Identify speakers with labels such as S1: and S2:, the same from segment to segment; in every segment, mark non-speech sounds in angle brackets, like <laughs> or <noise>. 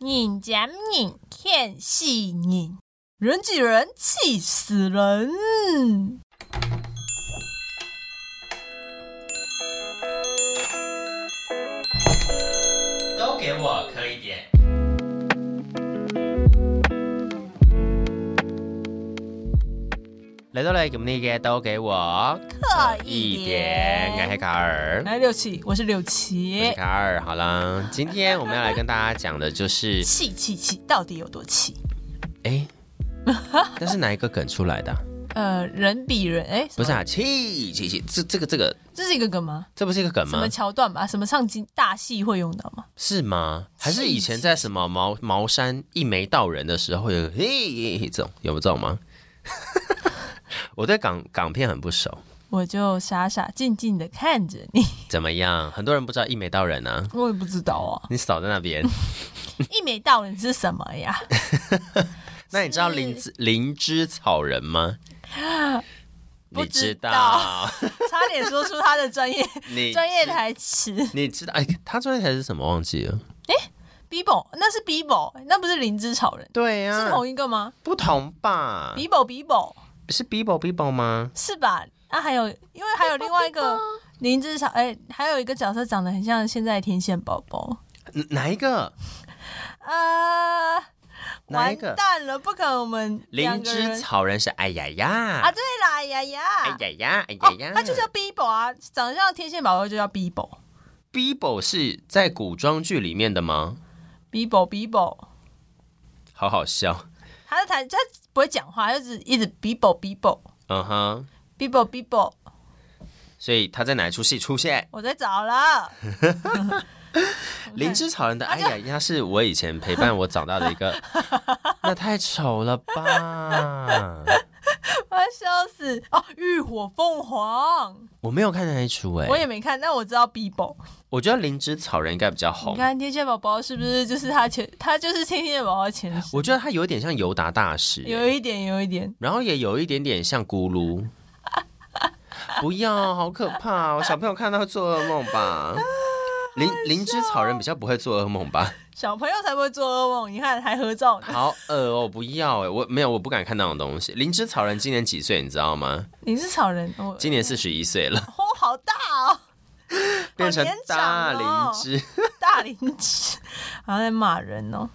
S1: 人夹人，看戏人，人挤人，气死人！
S2: 都给我磕一点。嚟到嚟咁呢嘅都給我
S1: 刻
S2: 一點，我係卡爾，
S1: 来六七，我是六
S2: 我是
S1: 七，
S2: 卡爾。好啦，今天我们要来跟大家讲的 <laughs> 就是，
S1: 气气气，到底有多气？
S2: 哎、那是哪一个梗出来的啊、
S1: 呃，人比人，哎、
S2: 不是啊，气气气，这这个这个，
S1: 这是一个梗吗？
S2: 这不是一个梗
S1: 什
S2: 吗
S1: 么？桥段吧？什么唱京大戏会用到吗？
S2: 是吗？还是以前
S1: 气
S2: 在什么茅茅山一眉道人的时候有嘿这种有这种吗？ <laughs> 我对港港片很不熟，
S1: 我就傻傻静静的看着你，
S2: 怎么样？很多人不知道一眉道人啊，
S1: 我也不知道啊，
S2: 你少在那边。
S1: 一眉道人是什么呀？
S2: 那你知道灵芝灵芝草人吗？
S1: 不
S2: 你知
S1: 知
S2: 道
S1: 道，差点说出他的专 <laughs> 业
S2: <laughs> 你
S1: 专业台词。
S2: 你知道？哎，他专业台是什么？忘记了。
S1: Bibo，那是 Bibo，那不是灵芝草人，
S2: 对呀、
S1: 是同一个吗
S2: 不同吧？
S1: ？Bibo Bibo
S2: 是 Bibo Bibo 吗？
S1: 是吧？那还有，因为还有另外一个灵芝草，哎、还有一个角色长得很像现在的天线宝宝。
S2: 哪哪一个？
S1: 啊，
S2: 哪一
S1: 完
S2: 个
S1: 蛋了，不可能，我们两
S2: 灵
S1: 个人
S2: 芝草人是哎呀
S1: 啊，
S2: 呀，
S1: 对啦，呀呀，
S2: 哎呀呀，哎
S1: 哦
S2: 呀呀，，
S1: 他就叫 Bibo 啊，长得像天线宝宝就叫 Bibo。
S2: Bibo 是在古装剧里面的吗？
S1: Bibo Bibo，
S2: 好好笑，
S1: 他在台他不会讲话，他就只一直 Bibo Bibo
S2: 嗯哼。
S1: Bibo Bibo，
S2: 所以他在哪一出戏出现？
S1: 我在找了。
S2: 灵芝草人的哎呀呀，是我以前陪伴我长大的一 <laughs> 个，那太丑了吧！
S1: <laughs> 我要笑死哦！浴火凤凰，
S2: 我没有看那一出哎、
S1: 我也没看，但我知道 Bibo。
S2: 我觉得灵芝草人应该比较
S1: 你
S2: 红。
S1: 看天线宝宝是不是就是他前，他就是天线宝宝前世，
S2: 我觉得他有点像尤达大师欸、
S1: 有一点，有一点。
S2: 然后也有一点点像
S1: <laughs>
S2: 咕噜。不要，好可怕、哦！小朋友看到会做噩梦
S1: <laughs>
S2: 吧？灵灵芝草人比较不会做噩梦吧？
S1: 小朋友才不会做噩梦，你看还合照呢。
S2: 好恶哦，不要哎，我没有，我不敢看那种东西。灵芝草人今年几岁，你知道吗？
S1: 你是草人，我
S2: 今年四十一岁了，
S1: 哦，好大哦， <laughs>
S2: 变成
S1: 年长
S2: 大
S1: 哦
S2: 灵芝，
S1: 大灵芝，好像在骂人哦，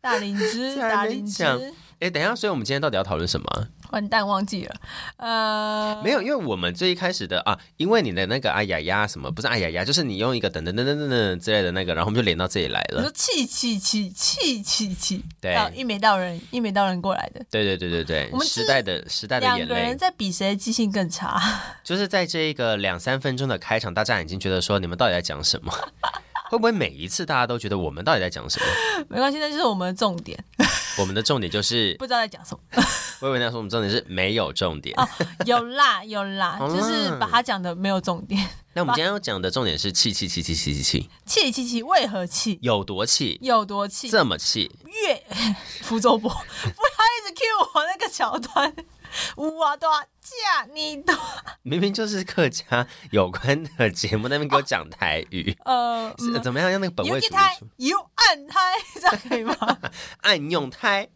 S1: 大灵芝，
S2: <laughs> 在那边
S1: 大灵
S2: 讲
S1: 芝，
S2: 哎、等一下，所以我们今天到底要讨论什么啊？
S1: 完蛋，忘记了，呃，
S2: 没有，因为我们最一开始的啊，因为你的那个哎呀呀什么，不是哎呀呀，就是你用一个等等等等等等之类的那个，然后我们就连到这里来
S1: 我说
S2: 了。
S1: 气气气气气气，
S2: 对
S1: 到一眉道人，一眉道人过来的，
S2: 对对对对
S1: 我
S2: 对，
S1: 们
S2: 时
S1: 是
S2: 代的时代的
S1: 两
S2: 眼
S1: 个
S2: 泪
S1: 人，在比谁的记性更差， <laughs>
S2: 就是在这一个两三分钟的开场，大家已经觉得说你们到底在讲什么？ <laughs> 会不会每一次大家都觉得我们到底在讲什么？
S1: 没关系，那就是我们的重点，
S2: 我们的重点就是
S1: 不知道在讲什么，
S2: 我以为那说我们重点是没有重点。
S1: 哦 <laughs> 有啦有啦，
S2: 好啦
S1: 就是把它讲的没有重点，
S2: 那我们今天要讲的重点是气气气气气气气，
S1: 气气气为何气，
S2: 有多气？
S1: 有多气，
S2: 这么气？
S1: 越 <laughs> 福州 <laughs> 博，不要一直 cue 我那个桥段。我多嫁你多，
S2: 明明就是客家有关的节目，那边给我讲台语，
S1: 呃，
S2: 是怎么样让那个本
S1: 有
S2: 位
S1: 一
S2: 主义
S1: 胎
S2: 出，
S1: 有暗胎，这样可以吗？
S2: 暗用胎？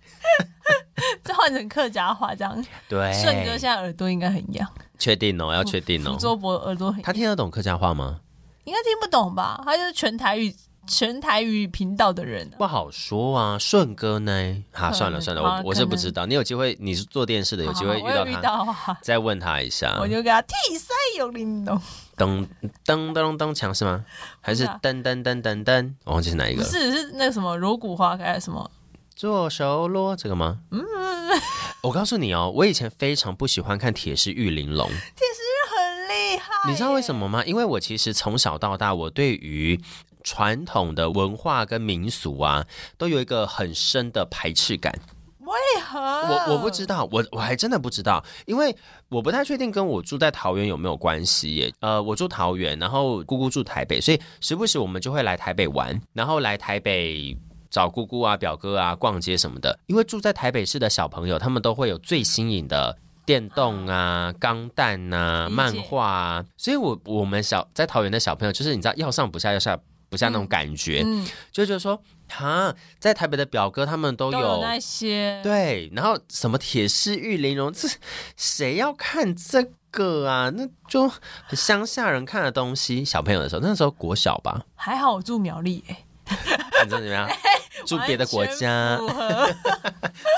S1: 这换成客家话，这
S2: <laughs>
S1: 样
S2: 对，
S1: 顺哥现在耳朵应该很痒，
S2: 确定哦，要确定
S1: 福
S2: 哦。
S1: 州博耳朵很
S2: 他听得懂客家话吗？
S1: 应该听不懂吧？他就是全台语全台语频道的人啊、
S2: 不好说啊，顺哥呢？哈，
S1: 可
S2: 算了
S1: 能
S2: 算了，
S1: 好
S2: 我我是
S1: 可能
S2: 不知道。你有机会，你是做电视的，有机
S1: 好好
S2: 会遇
S1: 我有
S2: 到
S1: 遇
S2: 他，嗯
S1: 到啊，
S2: 再问他一下。
S1: 我就给他替塞有灵动，
S2: 噔噔噔噔锵是吗？还是
S1: 不是啊
S2: 噔噔噔噔噔？我忘记是哪一
S1: 不
S2: 个。
S1: 是是那个什么锣鼓花开什么，
S2: 做手啰这个吗？嗯。我告诉你哦，我以前非常不喜欢看《铁狮玉玲珑》，
S1: 哎很厉害。
S2: 你知道为什么吗？因为我其实从小到大，我对于传统的文化跟民俗啊，都有一个很深的排斥感。
S1: 为何？
S2: 我我不知道，我我还真的不知道，因为我不太确定跟我住在桃园有没有关系耶。呃，我住桃园，然后姑姑住台北，所以时不时我们就会来台北玩，然后来台北。找姑姑啊、表哥啊逛街什么的，因为住在台北市的小朋友，他们都会有最新颖的电动啊、钢弹啊、
S1: 理解
S2: 漫画啊，所以我我们小在桃园的小朋友，就是你知道要上不下，要下不下那种感觉，
S1: 嗯，
S2: 就觉得说哈，在台北的表哥他们都
S1: 都有那些，
S2: 对，然后什么铁狮玉玲珑，这谁要看这个啊？那就很乡下人看的东西。小朋友的时候，那时候国小吧，
S1: 还好我住苗栗、欸，
S2: 你说怎
S1: <laughs>
S2: 么样？住别的国
S1: 完，全
S2: 家
S1: 符合
S2: <laughs>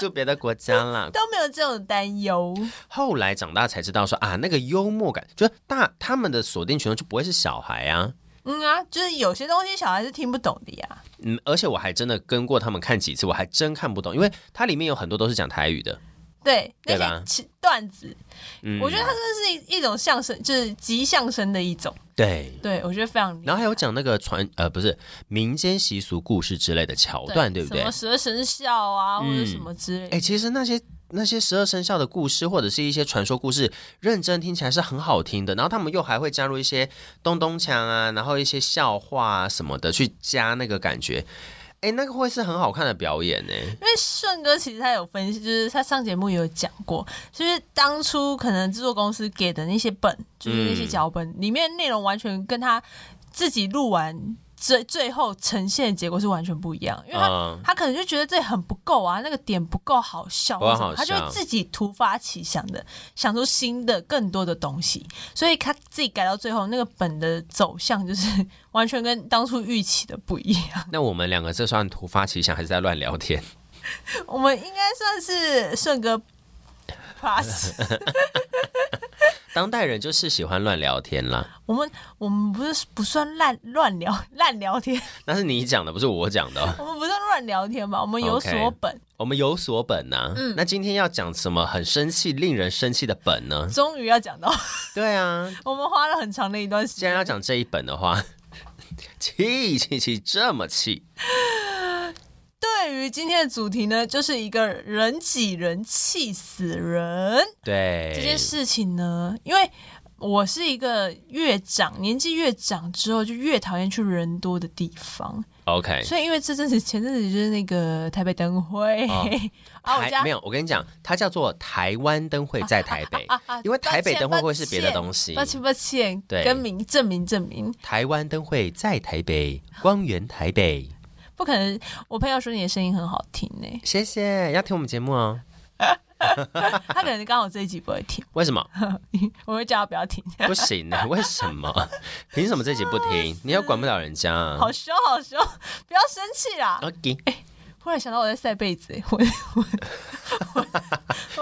S2: 住别的国家啦。
S1: 都没有这种担忧。
S2: 后来长大才知道说啊，那个幽默感，就是大他们的锁定群众就不会是小孩啊。
S1: 嗯啊，就是有些东西小孩是听不懂的呀。
S2: 嗯，而且我还真的跟过他们看几次，我还真看不懂，因为它里面有很多都是讲台语的。
S1: 对，那
S2: 对吧
S1: 些其段子，
S2: 嗯，
S1: 我觉得它真的是一一种相声，就是极相声的一种。
S2: 对。
S1: 对，我觉得非常厉害。
S2: 然后还有讲那个传呃不是民间习俗故事之类的桥段，对不对
S1: 什么？十二生肖啊，或者
S2: 嗯
S1: 什么之类的。
S2: 哎、其实那些那些十二生肖的故事，或者是一些传说故事，认真听起来是很好听的。然后他们又还会加入一些咚咚锵啊，然后一些笑话啊什么的，去加那个感觉。哎、那个会是很好看的表演 <laughs> 呢、
S1: 因为顺哥其实他有分析，就是他上节目也有讲过，就是当初可能制作公司给的那些本，就是
S2: 嗯
S1: 那些脚本、里面内容完全跟他自己录完最最后呈现的结果是完全不一样，因为他、
S2: 嗯，
S1: 他可能就觉得这很不够啊，那个点不够好笑
S2: 不够
S1: 或什么，
S2: 好
S1: 他就
S2: 笑
S1: 会自己突发奇想的想出新的更多的东西，所以他自己改到最后那个本的走向就是 <laughs> 完全跟当初预期的不一样。
S2: 那我们两个这算突发奇想，还是在乱聊天？ <laughs>
S1: 我们应该算是顺哥
S2: <laughs>
S1: plus，
S2: 当代人就是喜欢乱聊天啦。
S1: 我们我们不是不算烂乱聊烂聊天， <laughs>
S2: 那是你讲的，不是我讲的哦、
S1: 我们不算乱聊天吧，我们有
S2: OK
S1: 所本。
S2: 我们有所本呐、嗯，那今天要讲什么很生气、令人生气的本呢？
S1: 终于要讲到， <laughs>
S2: 对啊，
S1: 我们花了很长的一段时
S2: 既然
S1: 间，
S2: 要讲这一本的话， <laughs> 气气气，这么气，
S1: 对于今天的主题呢，就是一个人挤人气死人
S2: 对，
S1: 这件事情呢，因为我是一个越长年纪越长之后就越讨厌去人多的地方，
S2: OK，
S1: 所以因为这阵子前阵子就是那个台北灯会、
S2: 哦
S1: <laughs> 啊，我
S2: 台
S1: 家
S2: 没有，我跟你讲，它叫做台湾灯会在台北，
S1: 啊 <laughs> 啊
S2: 因为台北灯会会是别的
S1: 抱歉
S2: 东西
S1: 抱。歉抱歉，
S2: 对
S1: 更名证明证明，
S2: 台湾灯会在台北，光源台北，
S1: 不可能。我朋友说你的声音很好听呢、
S2: 谢谢，要听我们节目哦。
S1: 他可能刚好这一集不会听，
S2: 为什么
S1: 我会叫他不要听，
S2: <laughs> 不行呢？为什么？凭什么这集不
S1: <laughs>
S2: 听？你又管不了人家啊。
S1: 好凶好凶，不要生气啦。
S2: OK，
S1: 忽然想到我在晒被子、欸，我我我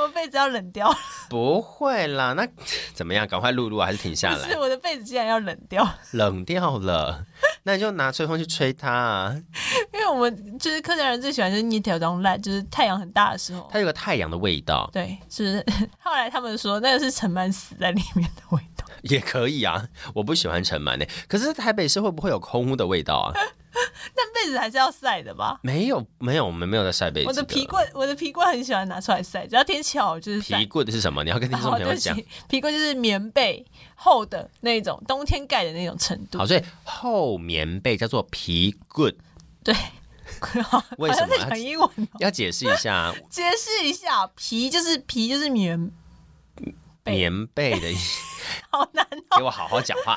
S1: 我被子要冷掉，
S2: 不会啦，那 <laughs> 怎么样？赶快录录，还是停下
S1: 不
S2: 来
S1: 是？我的被子竟然要冷掉，
S2: 冷掉了，那你就拿吹风去吹它啊。
S1: 因为我们就是客家人最喜欢就是逆条当烂，就是太阳很大的时候。
S2: 它有个太阳的味道，
S1: 对，就是 <laughs> 后来他们说那个是陈曼死在里面的味道。 <laughs>
S2: 也可以啊。我不喜欢尘螨呢，可是台北市会不会有空污的味道啊？
S1: 但被子还是要晒的吧？
S2: 没有，没有，我们没有在晒被子。
S1: 我的皮棍，我的皮棍很喜欢拿出来晒，只要天气好我就是晒
S2: 皮。棍是什么？你要跟听众
S1: 好，
S2: 朋
S1: 哦对不
S2: 友讲。
S1: 起，皮棍就是棉被厚的那种，冬天盖的那种程度
S2: 好，。所以厚棉被叫做皮棍，
S1: 对，
S2: <laughs> 为
S1: 好
S2: 什么
S1: 像在讲英文哦？
S2: <laughs> 要解释一下
S1: 解释一下，皮就是皮就是棉， <laughs> 被
S2: 棉被的意思。
S1: 好难
S2: 给
S1: 哦。
S2: 我好好讲
S1: <laughs>
S2: 话。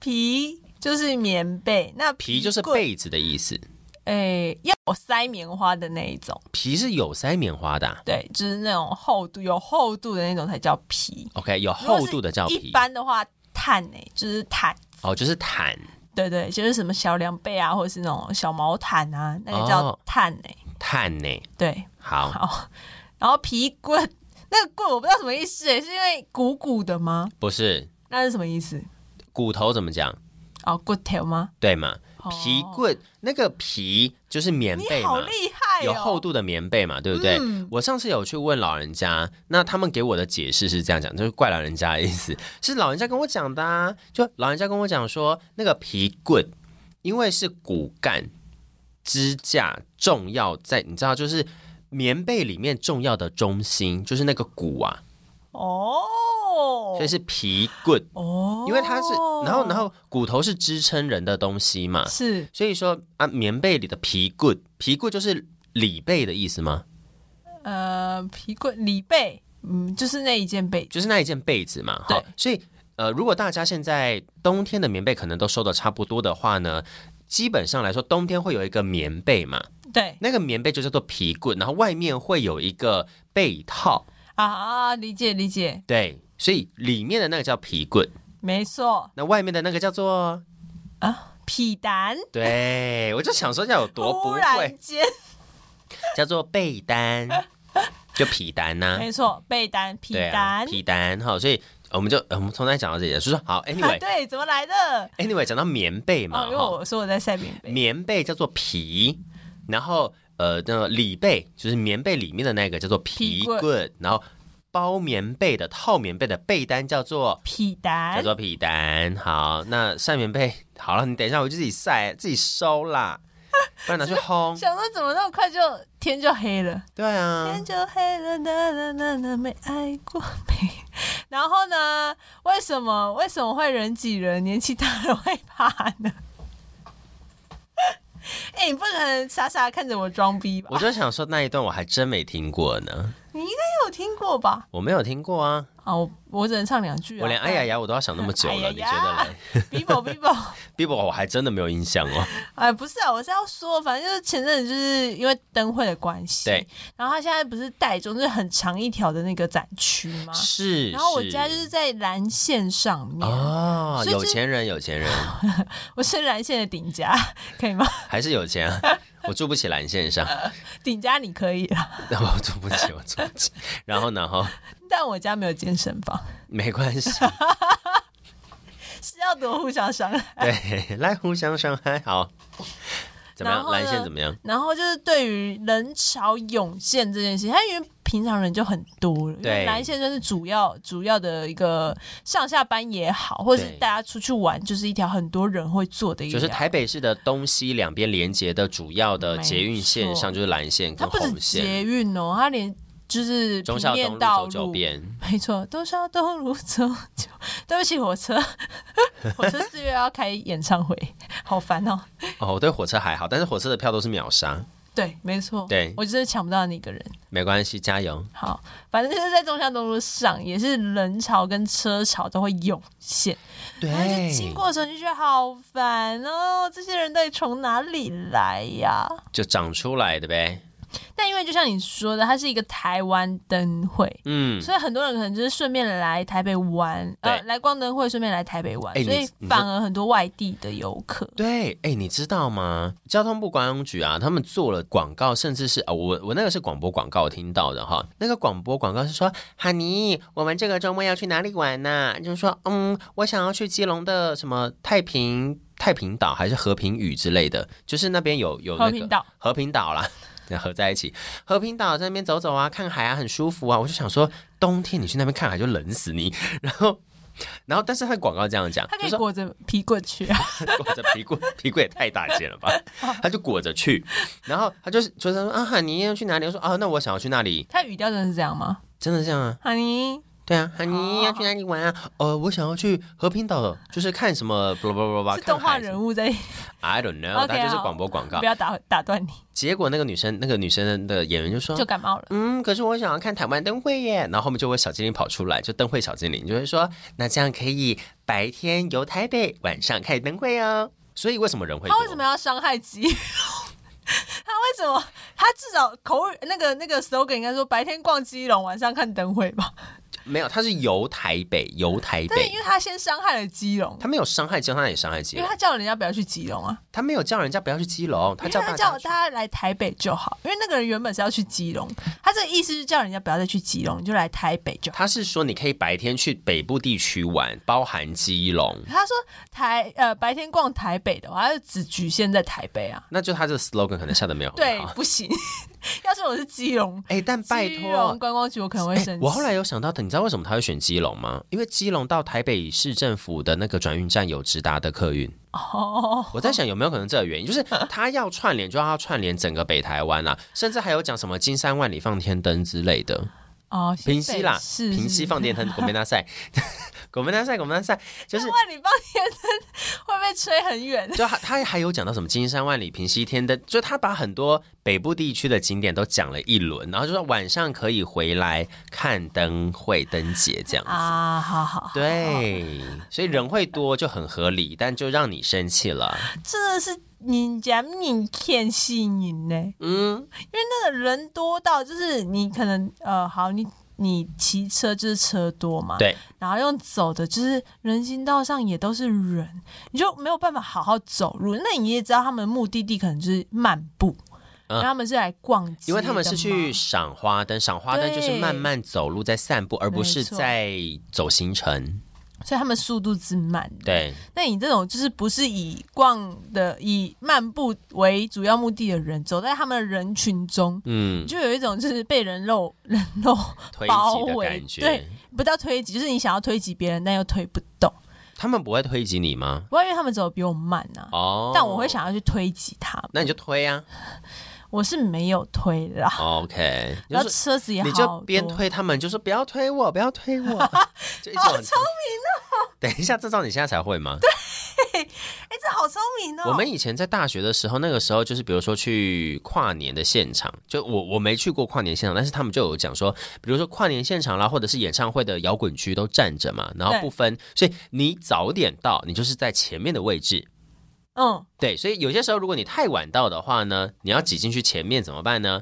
S1: 皮就是棉被，那
S2: 皮就是
S1: 棍，
S2: 被子的意思，
S1: 诶、要有塞棉花的那一种，
S2: 皮是有塞棉花的啊。
S1: 对，就是那种厚度有厚度的那种才叫皮。
S2: OK，有
S1: 如果是
S2: 厚度的叫
S1: 一
S2: 皮，
S1: 般的话，碳诶、就是碳。
S2: 哦，就是毯
S1: 对对，就是什么小凉被啊，或者是那种小毛毯啊，那个叫
S2: 哦
S1: 炭哎、
S2: 毯呢。
S1: 对，
S2: 好，
S1: 好。然后皮棍，那个棍我不知道什么意思哎、是因为鼓鼓的吗？
S2: 不是
S1: 那是什么意思？
S2: 骨头怎么讲？
S1: 哦，骨头吗？
S2: 对嘛？
S1: 哦
S2: 皮棍、那个皮就是棉被
S1: 你好
S2: 嘛，
S1: 厉害、哦，
S2: 有厚。度的棉被嘛，对不对？
S1: 嗯
S2: 我上次有去问老人家，那他们给我的解释是这样讲，就是怪老人家的意思， <laughs> 是老人家跟我讲的、啊，就老人家跟我讲说，那个皮棍因为是骨干支架重要在，你知道就是。棉被里面重要的中心就是那个骨啊，
S1: 哦，
S2: 所以是皮棍，
S1: 哦，
S2: 因为它是，然后然后骨头是支撑人的东西嘛，
S1: 是
S2: 所以说啊，棉被里的皮棍，皮棍就是里被的意思吗？
S1: 呃皮棍里被，嗯，就是那一件被
S2: 就是那一件被子嘛。
S1: 对
S2: 好，所以呃，如果大家现在冬天的棉被可能都收的差不多的话呢，基本上来说，冬天会有一个棉被嘛，
S1: 对
S2: 那个棉被就叫做皮棍，然后外面会有一个被套，
S1: 啊，理解理解，
S2: 对，所以里面的那个叫皮棍，
S1: 没错
S2: 那外面的那个叫做……
S1: 啊，屁蛋，
S2: 对，我就想说这样有多不
S1: <laughs> 突
S2: 会
S1: 然，间，
S2: 叫做被单，就皮单啊呐、
S1: 没错，被单屁
S2: 对啊，
S1: 蛋，
S2: 皮单哈，所以我们就呃我们从那里讲到这里了，就
S1: <laughs>
S2: 是说好
S1: 啊
S2: ，anyway，anyway，、
S1: 对，怎么来的？
S2: anyway，讲到棉被
S1: 哦，
S2: 嘛，
S1: 因为
S2: 哈
S1: 我说我在晒棉被，
S2: 棉被叫做皮，然后呃，那个里被就是棉被里面的那个叫做皮
S1: 皮
S2: 棍，
S1: 棍
S2: 然后包棉被的、套棉被的被单叫做
S1: 屁
S2: 叫
S1: 蛋，
S2: 做皮单。好，那晒棉被好了，你等一下我就自己晒自己收啦，不然拿去
S1: <laughs>
S2: 烘。
S1: 想说怎么那么快就天就黑了，
S2: 对啊
S1: 啊天，就黑了，啦啦啦啦，没爱过没。然后呢？为什么为什么会人挤人？年纪大了会怕呢？哎、你不可能傻傻地看着我装逼吧？
S2: 我就想说那一段我还真没听过呢，
S1: 你应该有听过吧？
S2: 我没有听过啊，
S1: 啊，我我只能唱两句啊。
S2: 我连哎呀呀我都要想那么久了，
S1: 哎呀
S2: 你
S1: 呀
S2: 觉得嘞
S1: ，Bibo Bibo，
S2: ？Bibo 我还真的没有印象
S1: <laughs>
S2: 哦。
S1: 哎，不是啊，我是要说，反正就是前阵子就是因为灯会的关系，
S2: 对，
S1: 然后他现在不是带中就是很长一条的那个展区吗？
S2: 是，
S1: 啊然后我家就是在蓝线上面，
S2: 哦，
S1: 所以
S2: 有
S1: 就
S2: 钱人，有
S1: <laughs>
S2: 钱人。
S1: 我是蓝线的顶家，可以吗？ <laughs>
S2: 还是有钱、啊，我住不起蓝线上，
S1: 顶家你可以啦，
S2: 我住不起，我住不起。然后
S1: <laughs>
S2: 呢，哈，
S1: 但我家没有健身房，
S2: 没关系，
S1: 是要多互相伤害。
S2: 对，来互相伤害，好，怎么样？
S1: 然后呢哎
S2: 蓝线怎么样？
S1: 然后就是对于人潮涌现这件事情，他因为平常人就很多了，因
S2: 对
S1: 为蓝线就是主要主要的一个上下班也好，或者是
S2: 对
S1: 大家出去玩，就是一条很多人会做的一条。
S2: 就是台北市的东西两边连接的主要的
S1: 没
S2: 捷运线上，
S1: 错
S2: 就是蓝线
S1: 它
S2: 跟
S1: 不止
S2: 红线，
S1: 捷运哦，它连就是
S2: 忠
S1: 平
S2: 孝东
S1: 面
S2: 路
S1: 道
S2: 走
S1: 路，
S2: 九遍，
S1: 没错，东山东路走九。 <laughs> 对不起，火车， <laughs> 火车四月要开演唱会，好烦哦。
S2: 哦，我对火车还好，但是火车的票都是秒杀，
S1: 对，没错，
S2: 对
S1: 我就是抢不到那个人。
S2: 没关系，加油。
S1: 好，反正就是在中山东路上，也是人潮跟车潮都会涌现，然后就哎经
S2: 对，
S1: 过的时候你就觉得好烦哦，这些人到底从哪里来呀？
S2: 就长出来的呗，
S1: 但因为就像你说的，它是一个台湾灯会。
S2: 嗯。
S1: 所以很多人可能就是顺便来台北玩，呃，
S2: 对
S1: 来逛灯会，顺便来台北玩，
S2: 哎你
S1: 所以
S2: 你说
S1: 反而很多外地的游客，
S2: 对，哎，你知道吗？交通部观光局啊，他们做了广告，甚至是啊、我我那个是广播广告，我听到的哈。那个广播广告是说，哈尼，我们这个周末要去哪里玩呐、就是说，嗯，我想要去基隆的什么太平太平岛还是和平屿之类的，就是那边有有那个
S1: 和平岛
S2: 和平岛啦。 <laughs> 合在一起，和平岛在那边走走啊，看海啊，很舒服啊。我就想说，冬天你去那边看海就冷死你。 <laughs> 然后，然后，但是他的广告这样讲，
S1: 他可
S2: 就
S1: 以
S2: 说
S1: 裹着皮棍去啊，
S2: <laughs> 裹着皮裤，皮裤也太大件
S1: <laughs>
S2: 了吧？他就裹着去，然后他就是就是他说啊，你要去哪里？我说啊，那我想要去那里，
S1: 他语调真的是这样吗？
S2: 真的这样啊？
S1: 哈尼，
S2: 对啊，啊你要去哪里玩啊？呃，我想要去和平岛，就是看
S1: <laughs>
S2: 什么，不不不不，
S1: 是动画人
S2: 物
S1: 物在，
S2: ，I don't know，
S1: OK，
S2: 他就是
S1: 好
S2: 广播广告
S1: 不。要打打断你，
S2: 结果那个女生，那个女生的演员就说
S1: 就，感冒了。
S2: 嗯，可是我想要看台湾灯会耶。然后后面就会小精灵跑出来，就灯会小精灵就会说，那这样可以白天游台北，晚上看灯会哦。所以为什么人会
S1: 他
S2: 多？
S1: 为什么要伤害肌肉？ <laughs> 他为什么？他至少口语那个那个 slogan 应该说白天逛基隆，晚上看灯会吧。
S2: 没有，他是游台北，游台
S1: 但是因
S2: 北，
S1: 为他先伤害了基隆，
S2: 他没有伤害基隆，他也伤害基
S1: 因为
S2: 隆，
S1: 他叫人家不要去基隆啊，
S2: 他没有叫人家不要去基隆，他
S1: 因为 <laughs>
S2: 叫
S1: 他
S2: 大
S1: 叫
S2: 家去。
S1: 他来台北就好。因为那个人原本是要去基隆， <laughs> 他这个意思是叫人家不要再去基隆，你就来台北就好。
S2: 他是说你可以白天去北部地区玩，包含基隆，
S1: 他说台呃白天逛台北的话，他就只局限在台北啊。
S2: 那就他这个 slogan 可能下的没有很
S1: 对
S2: 哦好。，
S1: 不行。 <laughs> 要是我是基隆，
S2: 哎、但拜
S1: 基隆
S2: 托。
S1: 观光局我可能会
S2: 哎
S1: 生气。
S2: 我后来有想到，你知道为什么他会选基隆吗？因为基隆到台北市政府的那个转运站有直达的客运。
S1: 哦，
S2: 我在想有没有可能这个原因，就是他要串联，就要串联整个北台湾啊，甚至还有讲什么金山万里放天灯之类的。
S1: 哦，
S2: 平息啦，
S1: 是
S2: 平息放电。灯，拱门大赛，拱门大赛，拱门大赛，
S1: <laughs>
S2: 就是
S1: 万里放天灯 <laughs> 会被吹很远， <laughs>
S2: 就他他还有讲到什么金山万里、平息天灯，就他把很多北部地区的景点都讲了一轮，然后就说晚上可以回来看灯会、灯节这样子。
S1: 啊，好好，好，
S2: 对，所以人会多就很合理，但就让你生气
S1: 啊
S2: 了。
S1: 真的是你讲你骗信你呢，因
S2: 嗯，
S1: 为那个人多到就是你可能呃，好你。你骑车就是车多嘛，
S2: 对，
S1: 然后用走的，就是人行道上也都是人，你就没有办法好好走路。那你也知道他们的目的地可能就是漫步，然
S2: 嗯
S1: 后他们是来逛街的嘛，
S2: 因为他们是去赏花灯，赏花灯就是
S1: 对
S2: 慢慢走路在散步，而不是在走行程。
S1: 所以他们速度之慢。，
S2: 对，
S1: 那你这种就是不是以逛的、以漫步为主要目的的人，走在他们的人群中，
S2: 嗯，
S1: 就有一种就是被人肉、 <laughs> 人肉
S2: 推
S1: 包
S2: 挤的
S1: 围
S2: 感觉
S1: 对。不到推挤，就是你想要推挤别人，但又推不动。
S2: 他们不会推挤你吗？
S1: 不过因为他们走的比我慢啊，
S2: 哦，
S1: 但我会，想要去推挤他们。
S2: 那你就推啊。
S1: 我是没有推啦，
S2: 哦 OK，你
S1: 然
S2: 就
S1: 后
S2: 说
S1: 车子也好
S2: 你就边推他们，就说不要推我，不要
S1: <laughs>
S2: 推我，就一直
S1: 好
S2: 往前
S1: 聪啊
S2: 等一下，这招你现在才会吗？
S1: 哎、这好聪明哦！
S2: 我们以前在大学的时候，那个时候就是比如说去跨年的现场，就我我没去过跨年现场，但是他们就有讲说，比如说跨年现场啦，或者是演唱会的摇滚区都站着嘛，然后
S1: 对
S2: 不分，所以你早点到，你就是在前面的位置。
S1: 嗯，
S2: 对，所以有些时候如果你太晚到的话呢，你要挤进去前面怎么办呢？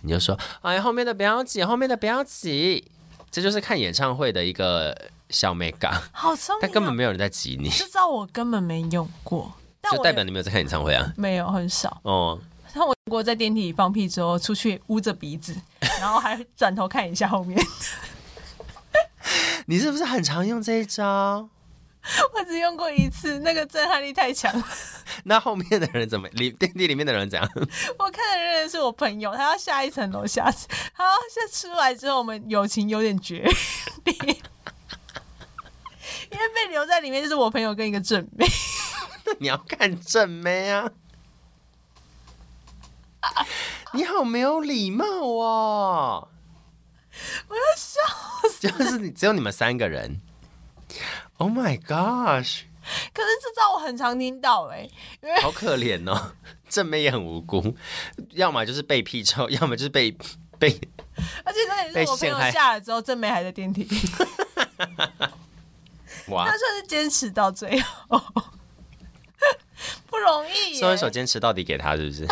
S2: 你就说，哎，后面的不要挤，后面的不要挤，这就是看演唱会的一个小美感，
S1: 好聪明、
S2: 但
S1: 哦。
S2: 根本没有人在挤你，
S1: 这招我根本没用过，但
S2: 就
S1: 我
S2: 代表你没有在看演唱会啊。
S1: 没有很少。
S2: 哦，
S1: 但我用过在电梯里放屁之后，出去捂着鼻子，然后还转头看一下后面。 <laughs>
S2: 你是不是很常用这一招？
S1: 我只用过一次，那个震撼力太强。
S2: 那后面的人怎么？里电梯里面的人怎样？ <laughs>
S1: 我看的人是我朋友，他要下一层楼下去，他要下出来之后，我们友情有点决裂， <laughs> 因为被留在里面就是我朋友跟一个正妹。
S2: 你要看正妹啊！你好没有礼貌哦！
S1: 我要笑死。
S2: 就是你只有你们三个人。Oh my gosh，
S1: 可是这招我很常听到哎、因为
S2: 好可怜哦！正妹也很无辜，要么就是被劈臭，要么就是被被。
S1: 而且那也
S2: 被
S1: 是我朋
S2: 陷
S1: 友
S2: 害
S1: 下了之后，正妹还在电
S2: <laughs>
S1: 梯，
S2: 哇
S1: 他，算是坚持到最后， <laughs> 不容易耶
S2: 收一手坚持到底给他是不是？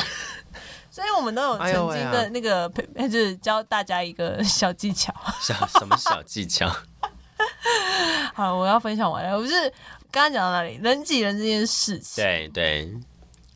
S1: 所以我们都有曾
S2: 哎呦喂
S1: 经
S2: 啊
S1: 的那个，就是教大家一个小技巧。
S2: 小什么小技巧？ <laughs>
S1: 好，我要分享完了，我是刚刚讲到哪里？人挤人这件事情。
S2: 对对，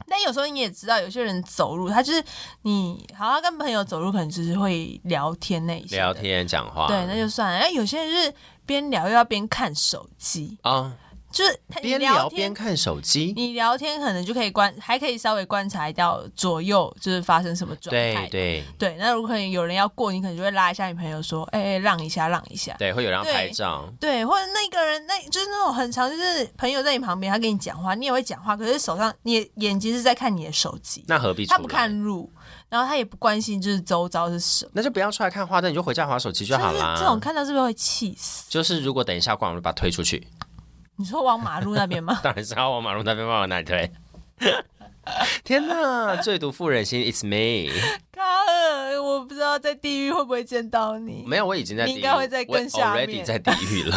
S1: 但有时候你也知道，有些人走路，他就是你，好，他跟朋友走路可能就是会聊天那一些的
S2: 聊，天讲话。
S1: 对，那就算了。那哎有些人就是边聊又要边看手机，
S2: 啊，
S1: 就是他
S2: 边
S1: 聊
S2: 聊
S1: 天
S2: 边看手机。
S1: 你聊天可能就可以观，还可以稍微观察到左右就是发生什么状态。
S2: 对对
S1: 对那如果可能有人要过，你可能就会拉一下你朋友说：“哎、哎，让一下，让一下。
S2: 对，会有人要拍照，
S1: 对，或者那个人，那就是那种很长，就是朋友在你旁边，他跟你讲话，你也会讲话，可是手上你也眼睛是在看你的手机，
S2: 那何必出
S1: 他
S2: 来？
S1: 不看路，然后他也不关心就是周遭是什么。
S2: 那就不要出来看花灯，你就回家划手机就
S1: 但
S2: 好
S1: 是
S2: 啦。
S1: 这种看到是不是会气死？
S2: 就是如果等一下逛，我就把它推出去。
S1: 你说往马路那边吗？ <laughs>
S2: 当然是要往马路那边往哪里推？天哪，最毒妇人心，It's me。
S1: 卡尔，我不知道在地狱会不会见到你，
S2: 没有，我已经在地狱，
S1: 你应该会在更下
S2: 我
S1: 面
S2: already 在地狱
S1: <laughs>
S2: 了。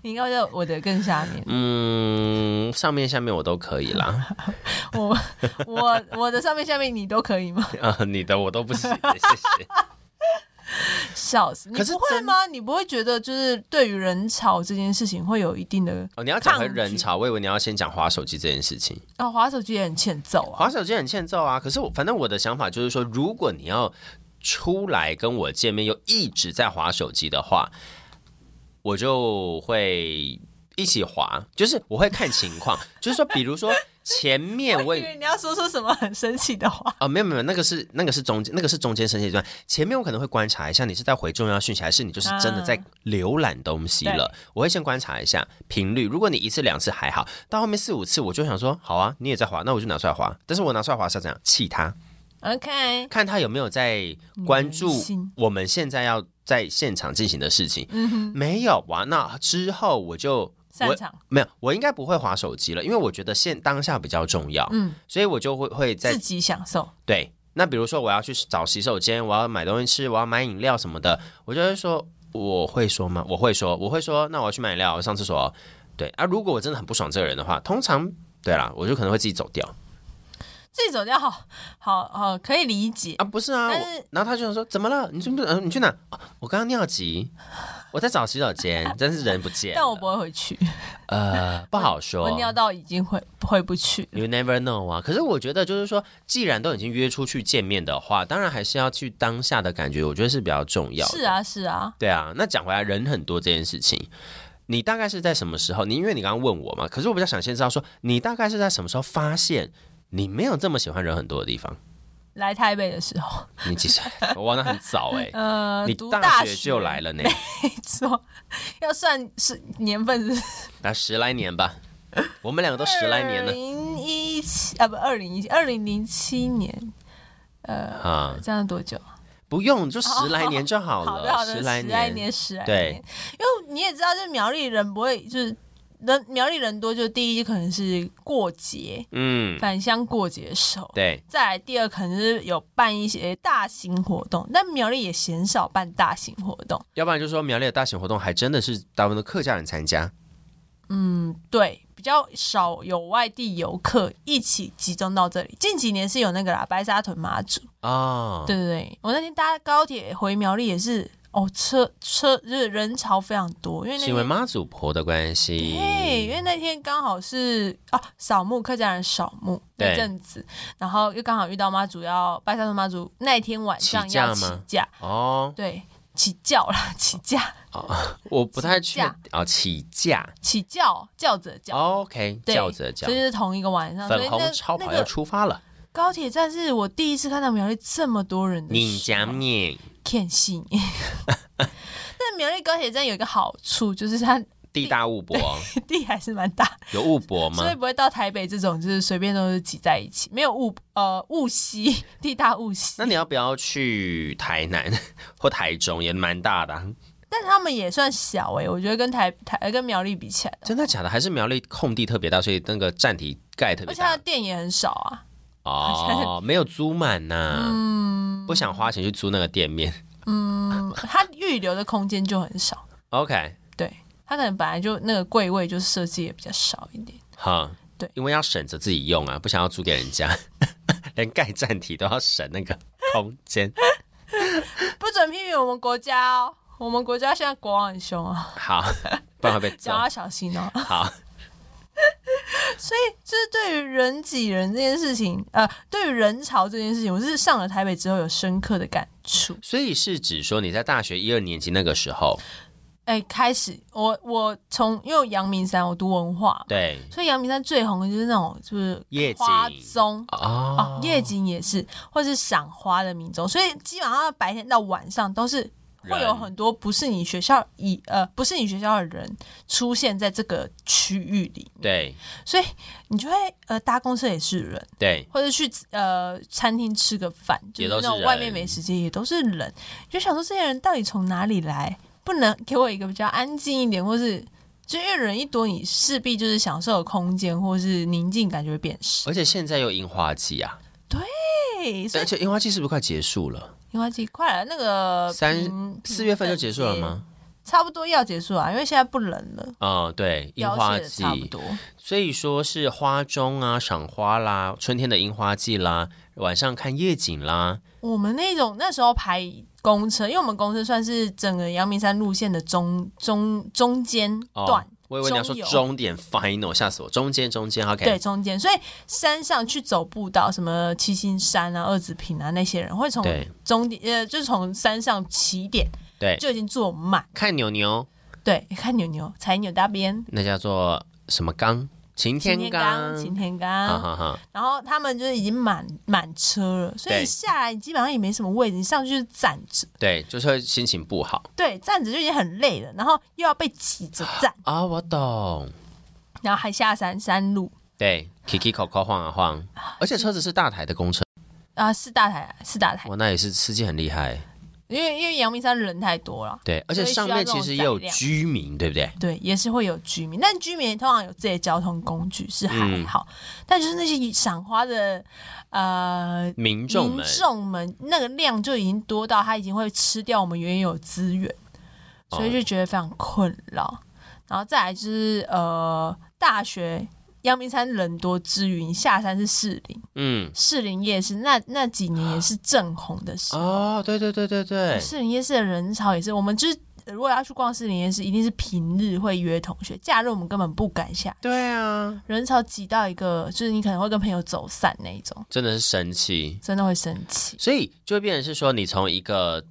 S1: 你应该会在我的更下面。
S2: 嗯，上面下面我都可
S1: <laughs>
S2: 以啦。
S1: 我我我的上面下面你都可以吗？
S2: 啊，你的我都不行，谢谢。
S1: 笑死！你
S2: 可是
S1: 不会
S2: 真
S1: 吗？你不会觉得就是对于人潮这件事情会有一定的
S2: 哦，你要讲回
S1: 抗
S2: 人
S1: 拒
S2: 潮，我以为你要先讲划手机这件事情。
S1: 啊？滑手机也很欠揍啊
S2: 滑！手机很欠揍啊。可是我反正我的想法就是说，如果你要出来跟我见面又一直在滑手机的话，我就会一起滑，就是我会看情况， <laughs> 就是说，比如说前面
S1: 我
S2: 我
S1: 以
S2: 也
S1: 为你要说出什么很生气的
S2: <laughs>
S1: 话，
S2: 哦，没有没有，那个是那个是中间，那个是中间生气阶段。前面我可能会观察一下，你是在回重要讯息，还是你就是真的在
S1: 啊
S2: 浏览东西了？我会先观察一下频率。如果你一次两次还好，到后面四五次，我就想说，好啊，你也在滑，那我就拿出来滑。但是我拿出来滑是要怎样？气他，
S1: OK，
S2: 看他有没有在关注
S1: 你的心
S2: 我们现在要在现场进行的事情。
S1: 嗯哼，
S2: 没有哇，那之后我就
S1: 擅
S2: 我
S1: 长，
S2: 没有，我应该不会划手机了，因为我觉得现当下比较重要，
S1: 嗯，
S2: 所以我就会会在
S1: 自己享受，
S2: 对。那比如说我要去找洗手间，我要买东西吃，我要买饮料什么的，我就会说我会说吗？我会说，我会说，那我要去买饮料，我上厕所哦。对啊，如果我真的很不爽这个人的话，通常对啦，我就可能会自己走掉
S1: 自己走掉，好好好，可以理解。
S2: 啊，不是啊，
S1: 但
S2: 我
S1: 是
S2: 然后他就想说怎么了？你去不？呃你去哪？啊我刚刚尿急，我在找洗手间， <laughs> 真是人不见了。
S1: 但我不会回去，
S2: 呃不好说，
S1: <laughs> 我尿到已经回回不去了。
S2: You never know 啊！可是我觉得，就是说，既然都已经约出去见面的话，当然还是要去当下的感觉，我觉得是比较重要。
S1: 是，啊，是啊，
S2: 对啊。那讲回来，人很多这件事情，你大概是在什么时候？你因为你刚刚问我嘛，可是我比较想先知道说，你大概是在什么时候发现你没有这么喜欢人很多的地方？
S1: 来台北的时候，
S2: 你几岁？ <laughs> 我忘得很早哎、
S1: <laughs> 呃，
S2: 你
S1: 读
S2: 大
S1: 学
S2: 学就来，了呢，
S1: 没错，要算是年份是
S2: 那十来
S1: <laughs>
S2: 年吧，我们两个都十来年
S1: 二
S2: 了
S1: 零一七啊，不，二零一二零零七年，呃，
S2: 啊，
S1: 这样多久？
S2: 不用就十来年就好
S1: 哦好的，好
S2: 了，
S1: 的，
S2: 十
S1: 十来
S2: 来年，
S1: 年，十来
S2: 对
S1: 年。因为你也知道，就是苗栗人不会，就是人苗栗人多，就第一可能是过节，
S2: 嗯，
S1: 返乡过节的时候。
S2: 对。
S1: 再来第二可能是有办一些大型活动，但苗栗也鲜少办大型活动。
S2: 要不然就是说苗栗的大型活动还真的是大部分的客家人参加，
S1: 嗯，对，比较少有外地游客一起集中到这里。近几年是有那个啦，白沙屯马祖，
S2: 哦，
S1: 对对对，我那天搭高铁回苗栗也是，哦，车车就是人潮非常多，因为那
S2: 是因为
S1: 天
S2: 妈祖婆的关系。
S1: 对，因为那天刚好是哦扫墓，客家人扫墓
S2: 对
S1: 那阵子，然后又刚好遇到妈祖要拜山的妈祖，那一天晚上
S2: 起驾
S1: 要起
S2: 吗
S1: 驾，
S2: 哦，
S1: 对，起轿啦， <laughs> 起驾，
S2: 我不太确起驾哦，起驾
S1: 起轿，轿子的轿。
S2: 哦，OK，
S1: 对
S2: 叫着叫
S1: 所以，就是同一个晚上，所以
S2: 粉
S1: 那
S2: 红超
S1: 那
S2: 跑要
S1: 个
S2: 出发了，
S1: 高铁站是我第一次看到苗栗这么多人的时候。
S2: 你讲你
S1: 骗
S2: <laughs>
S1: 信。但苗栗高铁站有一个好处，就是它 <laughs>
S2: 地大物博，
S1: 地还是蛮大，
S2: 有物
S1: <laughs>
S2: 博
S1: 所以
S2: 吗？
S1: 不会到台北这种就是随便都是挤在一起，没有雾呃雾溪， <laughs> 地大雾溪
S2: 那。你要不要去台南或台中？也蛮大的啊、
S1: 但他们也算小哎、我觉得跟台台跟苗栗比起来的话，
S2: 真的假的？还是苗栗空地特别大，所以那个站体盖特
S1: 而
S2: 别
S1: 且它
S2: 大
S1: 的店也很少啊。
S2: 哦，没有租满呐、不想花钱去租那个店面。
S1: 嗯，它预留的空间就很少，
S2: OK，
S1: 对，它可能本来就那个柜位就是设计也比较少一点。
S2: 哈，
S1: 对
S2: 因为要省着自己用啊，不想要租给人家， <laughs> 连盖站体都要省那个空间。
S1: 不准批评我们国家哦，我们国家现在国王很凶啊，
S2: 好，不然会被
S1: <laughs>
S2: 揍
S1: 讲。要小心哦。
S2: 好，
S1: 所以，就是对于人挤人这件事情，呃，对于人潮这件事情，我是上了台北之后有深刻的感触。
S2: 所以是指说你在大学一二年级那个时候，
S1: 哎、开始我我从因为阳明山我读文化，
S2: 对
S1: 所以阳明山最红的就是那种就是
S2: 夜景
S1: 花棕
S2: 哦
S1: 哦，夜景也是，或是赏花的民众，所以基本上白天到晚上都是会有
S2: 人
S1: 很多不是你学校以呃不是你学校的人出现在这个区域里，
S2: 对
S1: 所以你就会呃搭公车也是人。
S2: 对，
S1: 或者去呃餐厅吃个饭，就
S2: 也
S1: 是
S2: 都
S1: 那
S2: 是
S1: 种外面
S2: 人
S1: 美食街也都是人，就想说这些人到底从哪里来？不能给我一个比较安静一点，或是就因为人一多，你势必就是享受的空间或是宁静感就会变少。
S2: 而且现在又樱花季啊，
S1: 对，所以
S2: 而且樱花季是不是快结束了？
S1: 樱花季快了，那个
S2: 三
S1: 平
S2: 四月份就结束了？吗？
S1: 平差不多要结束啊，因为现在不冷了，
S2: 哦，对，樱
S1: 凋
S2: 花
S1: 谢的
S2: 季
S1: 差不多。
S2: 所以说是花中啊，赏花啦，春天的樱花季啦，晚上看夜景啦，
S1: 我们那种那时候排公车，因为我们公车算是整个阳明山路线的中中中间
S2: 哦
S1: 段，
S2: 我以为你要说
S1: 中游
S2: 终点 final，吓死我！中间中间，OK，
S1: 对，中间，所以山上去走步道，什么七星山啊、二子坪啊那些人，会从
S2: 对
S1: 终点，呃，就是从山上起点
S2: 对
S1: 就已经坐满。
S2: 看牛牛，
S1: 对，看牛牛，踩牛大边，
S2: 那叫做什么缸？擎天
S1: 刚，擎天
S2: 哈
S1: 刚，
S2: 哈哈，
S1: 然后他们就是已经满满车了，所以
S2: 对
S1: 你下来你基本上也没什么位置，你上去就是站着，
S2: 对，就是会心情不好
S1: 对，站着就已经很累了，然后又要被挤着站，
S2: 啊、我懂，
S1: 然后还下山山路
S2: 对，Kiki 口口晃啊晃，而且车子是大台的公车，
S1: 啊，是大台，是大台，
S2: 哇，那也是司机很厉害，
S1: 因为因为阳明山人太多了，
S2: 对，而且上面其实也有居民，对不对？
S1: 对，也是会有居民，但居民通常有自己的交通工具是还好，但就是那些赏花的呃
S2: 民众
S1: 民
S2: 们，
S1: 众们那个量就已经多到它已经会吃掉我们原有资源，所以
S2: 哦
S1: 就觉得非常困扰。然后再来就是呃，大学阳明山人多之余，你下山是士林，
S2: 嗯，
S1: 士林夜市那那几年也
S2: 啊
S1: 是正红的时候，
S2: 哦，对对对对对，
S1: 士林夜市的人潮也是，我们就是如果要去逛士林夜市，一定是平日会约同学，假日我们根本不敢下，
S2: 对啊，
S1: 人潮挤到一个就是你可能会跟朋友走散那一种，
S2: 真的是神奇，
S1: 真的会生气。
S2: 所以就会变成是说，你从一个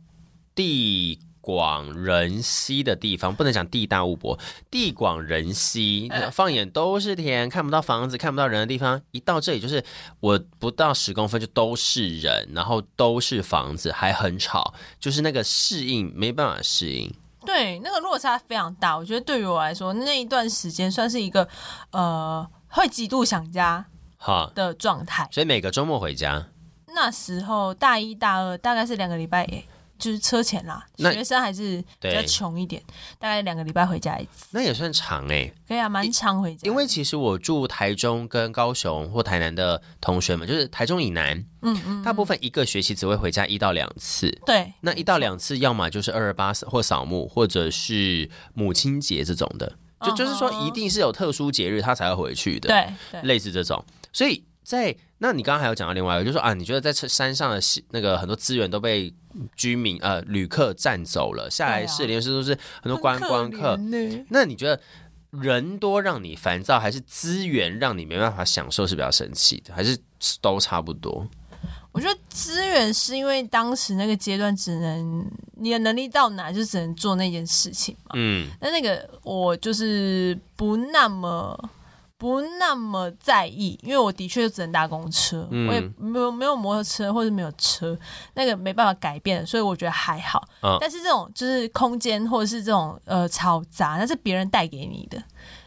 S2: 地广人稀的地方，不能讲地大物博，地广人稀，放眼都是田，看不到房子，看不到人的地方，一到这里就是我不到十公分就都是人，然后都是房子，还很吵，就是那个适应没办法适应。
S1: 对，那个落差非常大。我觉得对于我来说，那一段时间算是一个呃会极度想家
S2: 哈，
S1: 的状态。
S2: 所以每个周末回家，
S1: 那时候大一大二大概是两个礼拜，诶就是车钱啦，
S2: 那
S1: 学生还是比较
S2: 对
S1: 穷一点，大概两个礼拜回家一次，
S2: 那也算长哎、
S1: 可以啊，蛮常回家。
S2: 因为其实我住台中跟高雄或台南的同学们，就是台中以南，
S1: 嗯嗯，
S2: 大部分一个学期只会回家一到两次。
S1: 对
S2: 那一到两次，要么就是二二八或扫墓，或者是母亲节这种的，就就是说
S1: 嗯哼
S2: 一定是有特殊节日他才会回去的，
S1: 对对，
S2: 类似这种。所以在那你刚刚还有讲到另外一个，就是说啊，你觉得在车山上的西那个很多资源都被居民呃旅客占走了，下来
S1: 对啊
S2: 是连是都是很多观光客，
S1: 很可怜呢
S2: 那你觉得？人多让你烦躁，还是资源让你没办法享受是比较神奇的，还是都差不多？
S1: 我觉得资源是因为当时那个阶段只能你的能力到哪就只能做那件事情嘛。
S2: 嗯，
S1: 那那个我就是不那么不那么在意，因为我的确只能搭公车，
S2: 嗯
S1: 我也没有没有摩托车或者没有车，那个没办法改变，所以我觉得还好。
S2: 嗯
S1: 但是这种就是空间或者是这种呃嘈杂，那是别人带给你的。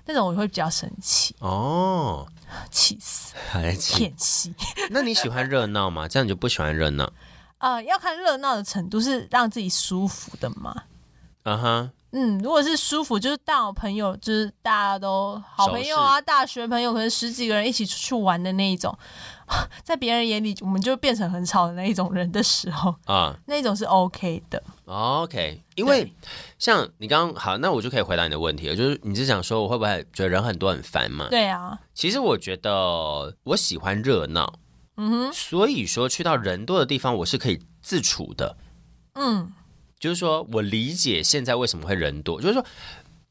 S1: 那种我会比较生气，
S2: 哦，
S1: 气死，
S2: 还挺
S1: 骗气。
S2: <laughs> 那你喜欢热闹吗？这样你就不喜欢热闹。
S1: 啊！要看热闹的程度是让自己舒服的嘛。
S2: 啊哈，
S1: 嗯，如果是舒服，就是大好朋友，就是大家都好朋友啊，大学朋友，可能十几个人一起出去玩的那一种，在别人眼里，我们就变成很吵的那一种人的时候，
S2: 啊
S1: 那一种是 OK 的。
S2: 哦，OK。因为像你刚刚好，那我就可以回答你的问题了，就是你是想说我会不会觉得人很多很烦嘛？
S1: 对啊，
S2: 其实我觉得我喜欢热闹，嗯哼，所以说去到人多的地方，我是可以自处的。
S1: 嗯，
S2: 就是说我理解现在为什么会人多，就是说，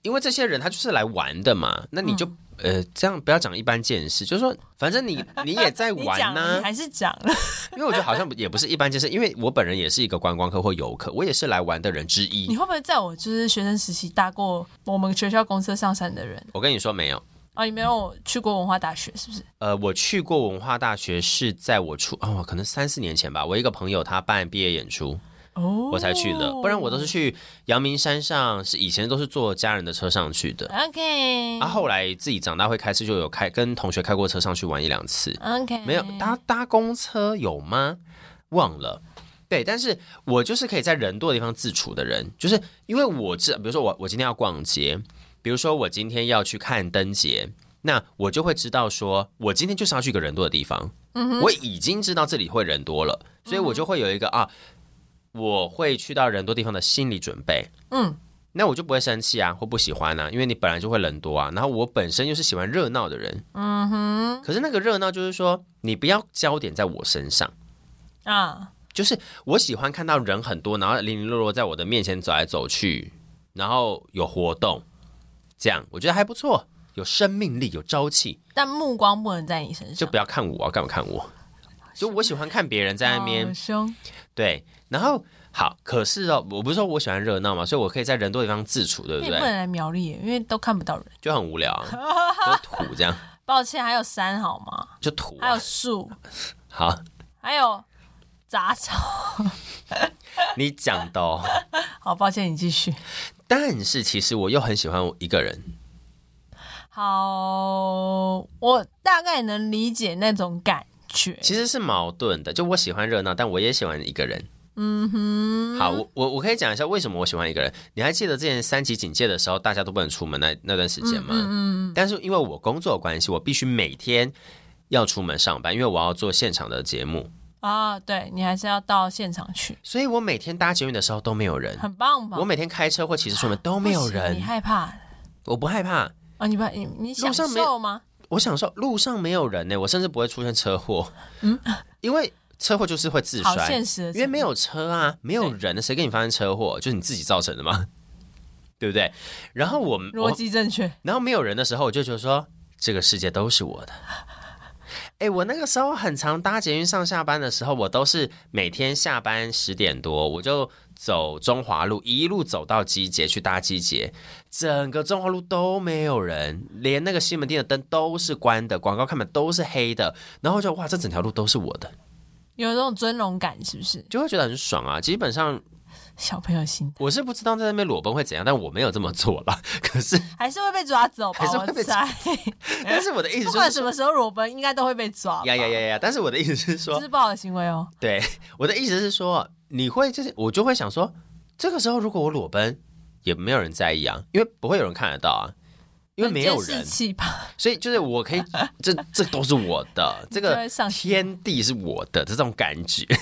S2: 因为这些人他就是来玩的嘛，那你就、
S1: 嗯
S2: 呃这样不要讲一般见识，就是说，反
S1: <laughs>
S2: 正你你也在
S1: 你
S2: 玩
S1: 讲
S2: 呐、
S1: 了，你还是讲了， <laughs>
S2: 因为我觉得好像也不是一般见识，因为我本人也是一个观光客或游客，我也是来玩的人之
S1: 你
S2: 一。
S1: 会不会在我就是学生时期搭过我们学校公车上山的人
S2: 我跟你说没有，
S1: 啊？你没有去过文化大学是不是？
S2: 呃，我去过文化大学是在我出哦，可能三四年前吧。我一个朋友他办毕业演出，
S1: 哦
S2: 我才去的，不然我都是去阳明山上，是以前都是坐家人的车上去
S1: 哎
S2: 的。
S1: OK
S2: 啊，后来自己长大会开车，就有开跟同学开过车上去玩一两次。
S1: OK，
S2: 没有搭搭公车有吗？忘了。对，但是我就是可以在人多的地方自处的人，就是因为我知，比如说我我今天要逛街，比如说我今天要去看灯节，那我就会知道说，我今天就是要去一个人多的地方，
S1: 嗯
S2: 我已经知道这里会人多了，所以我就会有一个啊，我会去到人多地方的心理准备，
S1: 嗯，
S2: 那我就不会生气啊，或不喜欢啊，因为你本来就会人多啊，然后我本身又是喜欢热闹的人，
S1: 嗯哼
S2: 可是那个热闹就是说，你不要焦点在我身上，
S1: 啊，
S2: 就是我喜欢看到人很多，然后零零落落在我的面前走来走去，然后有活动，这样我觉得还不错，有生命力，有朝气。
S1: 但目光不能在你身上，
S2: 就不要看我啊，干嘛看我？就我喜欢看别人在那
S1: 好
S2: 边
S1: 凶，
S2: 对，然后好，可是哦，我不是说我喜欢热闹嘛，所以我可以在人多的地方自处，对
S1: 那
S2: 不
S1: 也不
S2: 对？
S1: 能来苗栗耶，因为都看不到人。
S2: 就很无聊、啊，就土这样，
S1: 抱歉，还有山好吗？
S2: 就
S1: <laughs>
S2: 土、
S1: 还有
S2: 啊。
S1: 树，
S2: 好，
S1: 还有杂草。
S2: <laughs> 你讲的、哦，
S1: 好，抱歉，你继续。
S2: 但是其实我又很喜欢一个人。
S1: 好，我大概能理解那种感觉。
S2: 其实是矛盾的，就我喜欢热闹，但我也喜欢一个人。
S1: 嗯哼，
S2: 好，我我我可以讲一下为什么我喜欢一个人。你还记得之前三级警戒的时候，大家都不能出门那那段时间吗？
S1: 嗯嗯
S2: 但是因为我工作的关系，我必须每天要出门上班，因为我要做现场的节目，
S1: 啊，对你还是要到现场去，
S2: 所以我每天搭捷运的时候都没有人，
S1: 很棒吧？
S2: 我每天开车或骑车出门都没有
S1: 不行你
S2: 人，
S1: 害怕
S2: 我不害怕，
S1: 啊？你怕你你享
S2: 路上没有
S1: 受吗？
S2: 我享受路上没有人呢、我甚至不会出现车祸，因为车祸就是会自
S1: 嗯好
S2: 摔，
S1: 现实的
S2: 因
S1: 层
S2: 为
S1: 面，
S2: 没有车啊，没有人，谁给你发生车祸？就是你自己造成的嘛， <laughs> 对不对？然后我我
S1: 逻辑正确，
S2: 然后没有人的时候，我就觉得说这个世界都是我的。哎，我那个时候很常搭捷运上下班的时候，我都是每天下班十点多，我就走中华路，一路走到机捷去搭机捷，整个中华路都没有人，连那个西门町的灯都是关的，广告看板都是黑的，然后就哇，这整条路都是我的，
S1: 有这种尊荣感，是不是？
S2: 就会觉得很爽啊。基本上
S1: 小朋友心
S2: 我是不知道在那边裸奔会怎样，但我没有这么做啦。 <laughs> 可是，
S1: 还是会被抓走吧？
S2: 还是会被
S1: 我
S2: <laughs>
S1: 猜，
S2: 但是我的意思
S1: 哎不
S2: 就
S1: 管
S2: 是
S1: 什
S2: 说，
S1: 么时候裸奔，应该都会被抓吧。
S2: 呀呀呀呀！但是我的意思是说
S1: 这，是不好的行为哦。
S2: 对，我的意思是说，你会就是我就会想说，这个时候如果我裸奔，也没有人在意啊，因为不会有人看得到啊，因为没有
S1: 很监视
S2: 人，
S1: 器吧？
S2: 所以就是
S1: <laughs>
S2: 我可以，这这都是我的，这
S1: 就会
S2: 个
S1: 上心
S2: 天地是我的这种感觉。 <laughs>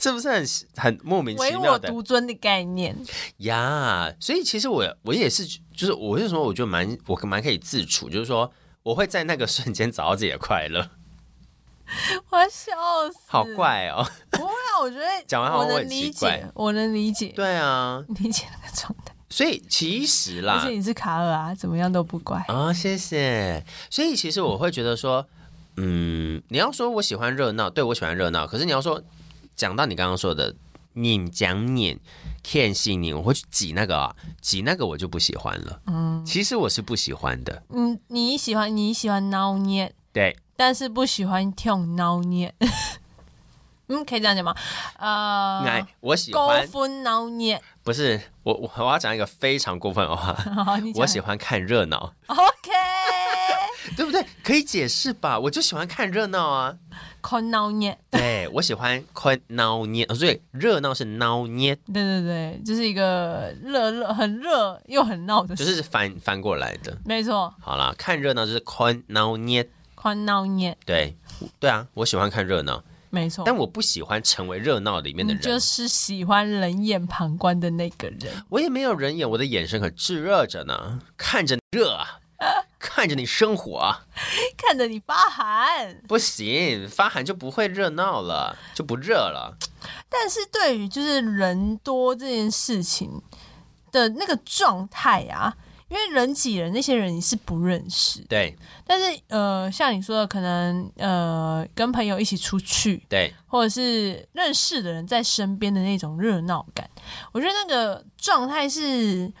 S2: 是不是很很莫名其
S1: 唯
S2: 妙
S1: 我
S2: 的
S1: 独尊的概念， <laughs>
S2: 呀所以其实我我也是，就是我是说，我觉得蛮我蛮可以自处，就是说我会在那个瞬间找到自己的快乐， <laughs>
S1: 我要笑死。
S2: 好。怪哦。
S1: 不会啊，我觉得
S2: 讲完好
S1: 我
S2: 像我
S1: 能
S2: 很奇
S1: 理
S2: 怪
S1: 解，我能理解，
S2: 对啊，
S1: 理解那个状态。
S2: 所以其实啦，
S1: 而且你是卡尔啊，怎么样都不乖。
S2: 啊、谢谢。所以其实我会觉得说，嗯，你要说我喜欢热闹，对我喜欢热闹，可是你要说讲到你刚刚说的拧讲拧。看戏你，我会去挤那个啊，挤那个我就不喜欢了。嗯，其实我是不喜欢的。
S1: 嗯，你喜欢你喜欢挠捏，
S2: 对，
S1: 但是不喜欢痛挠捏。 <laughs> 嗯，可以这样讲吗？
S2: 哎、
S1: 呃，
S2: 我喜
S1: 勾
S2: 欢，
S1: 分挠捏。 <laughs>
S2: 不是我，我我要讲一个非常过分的话，
S1: 好 <laughs> 你讲
S2: 我喜欢看热闹，
S1: OK，
S2: 对不对？可以解释吧？我就喜欢看热闹
S1: <laughs>
S2: 啊。
S1: 狂挠捏。
S2: 对，我喜欢看闹捏，哦所以热闹是闹捏，
S1: 对对对，就是一个热热很热又很闹的
S2: 就
S1: 事，
S2: 是翻翻过来的。
S1: 没错，
S2: 好啦，看热闹就是看闹捏，
S1: 狂挠捏，
S2: 对对啊，我喜欢看热闹，
S1: 没错。
S2: 但我不喜欢成为热闹里面的
S1: 哦你
S2: 人。
S1: 就是喜欢冷眼旁观的那个人，
S2: 我也没有人眼，我的眼神可炙热着呢，看着你热啊，
S1: <laughs>
S2: 看着你生火啊，
S1: 看着你发寒。
S2: 不行，发寒就不会热闹了，就不热了。
S1: 但是对于就是人多这件事情的那个状态啊，因为人挤人，那些人你是不认识。
S2: 对
S1: 但是呃，像你说的，可能呃跟朋友一起出去，
S2: 对，
S1: 或者是认识的人在身边的那种热闹感，我觉得那个状态是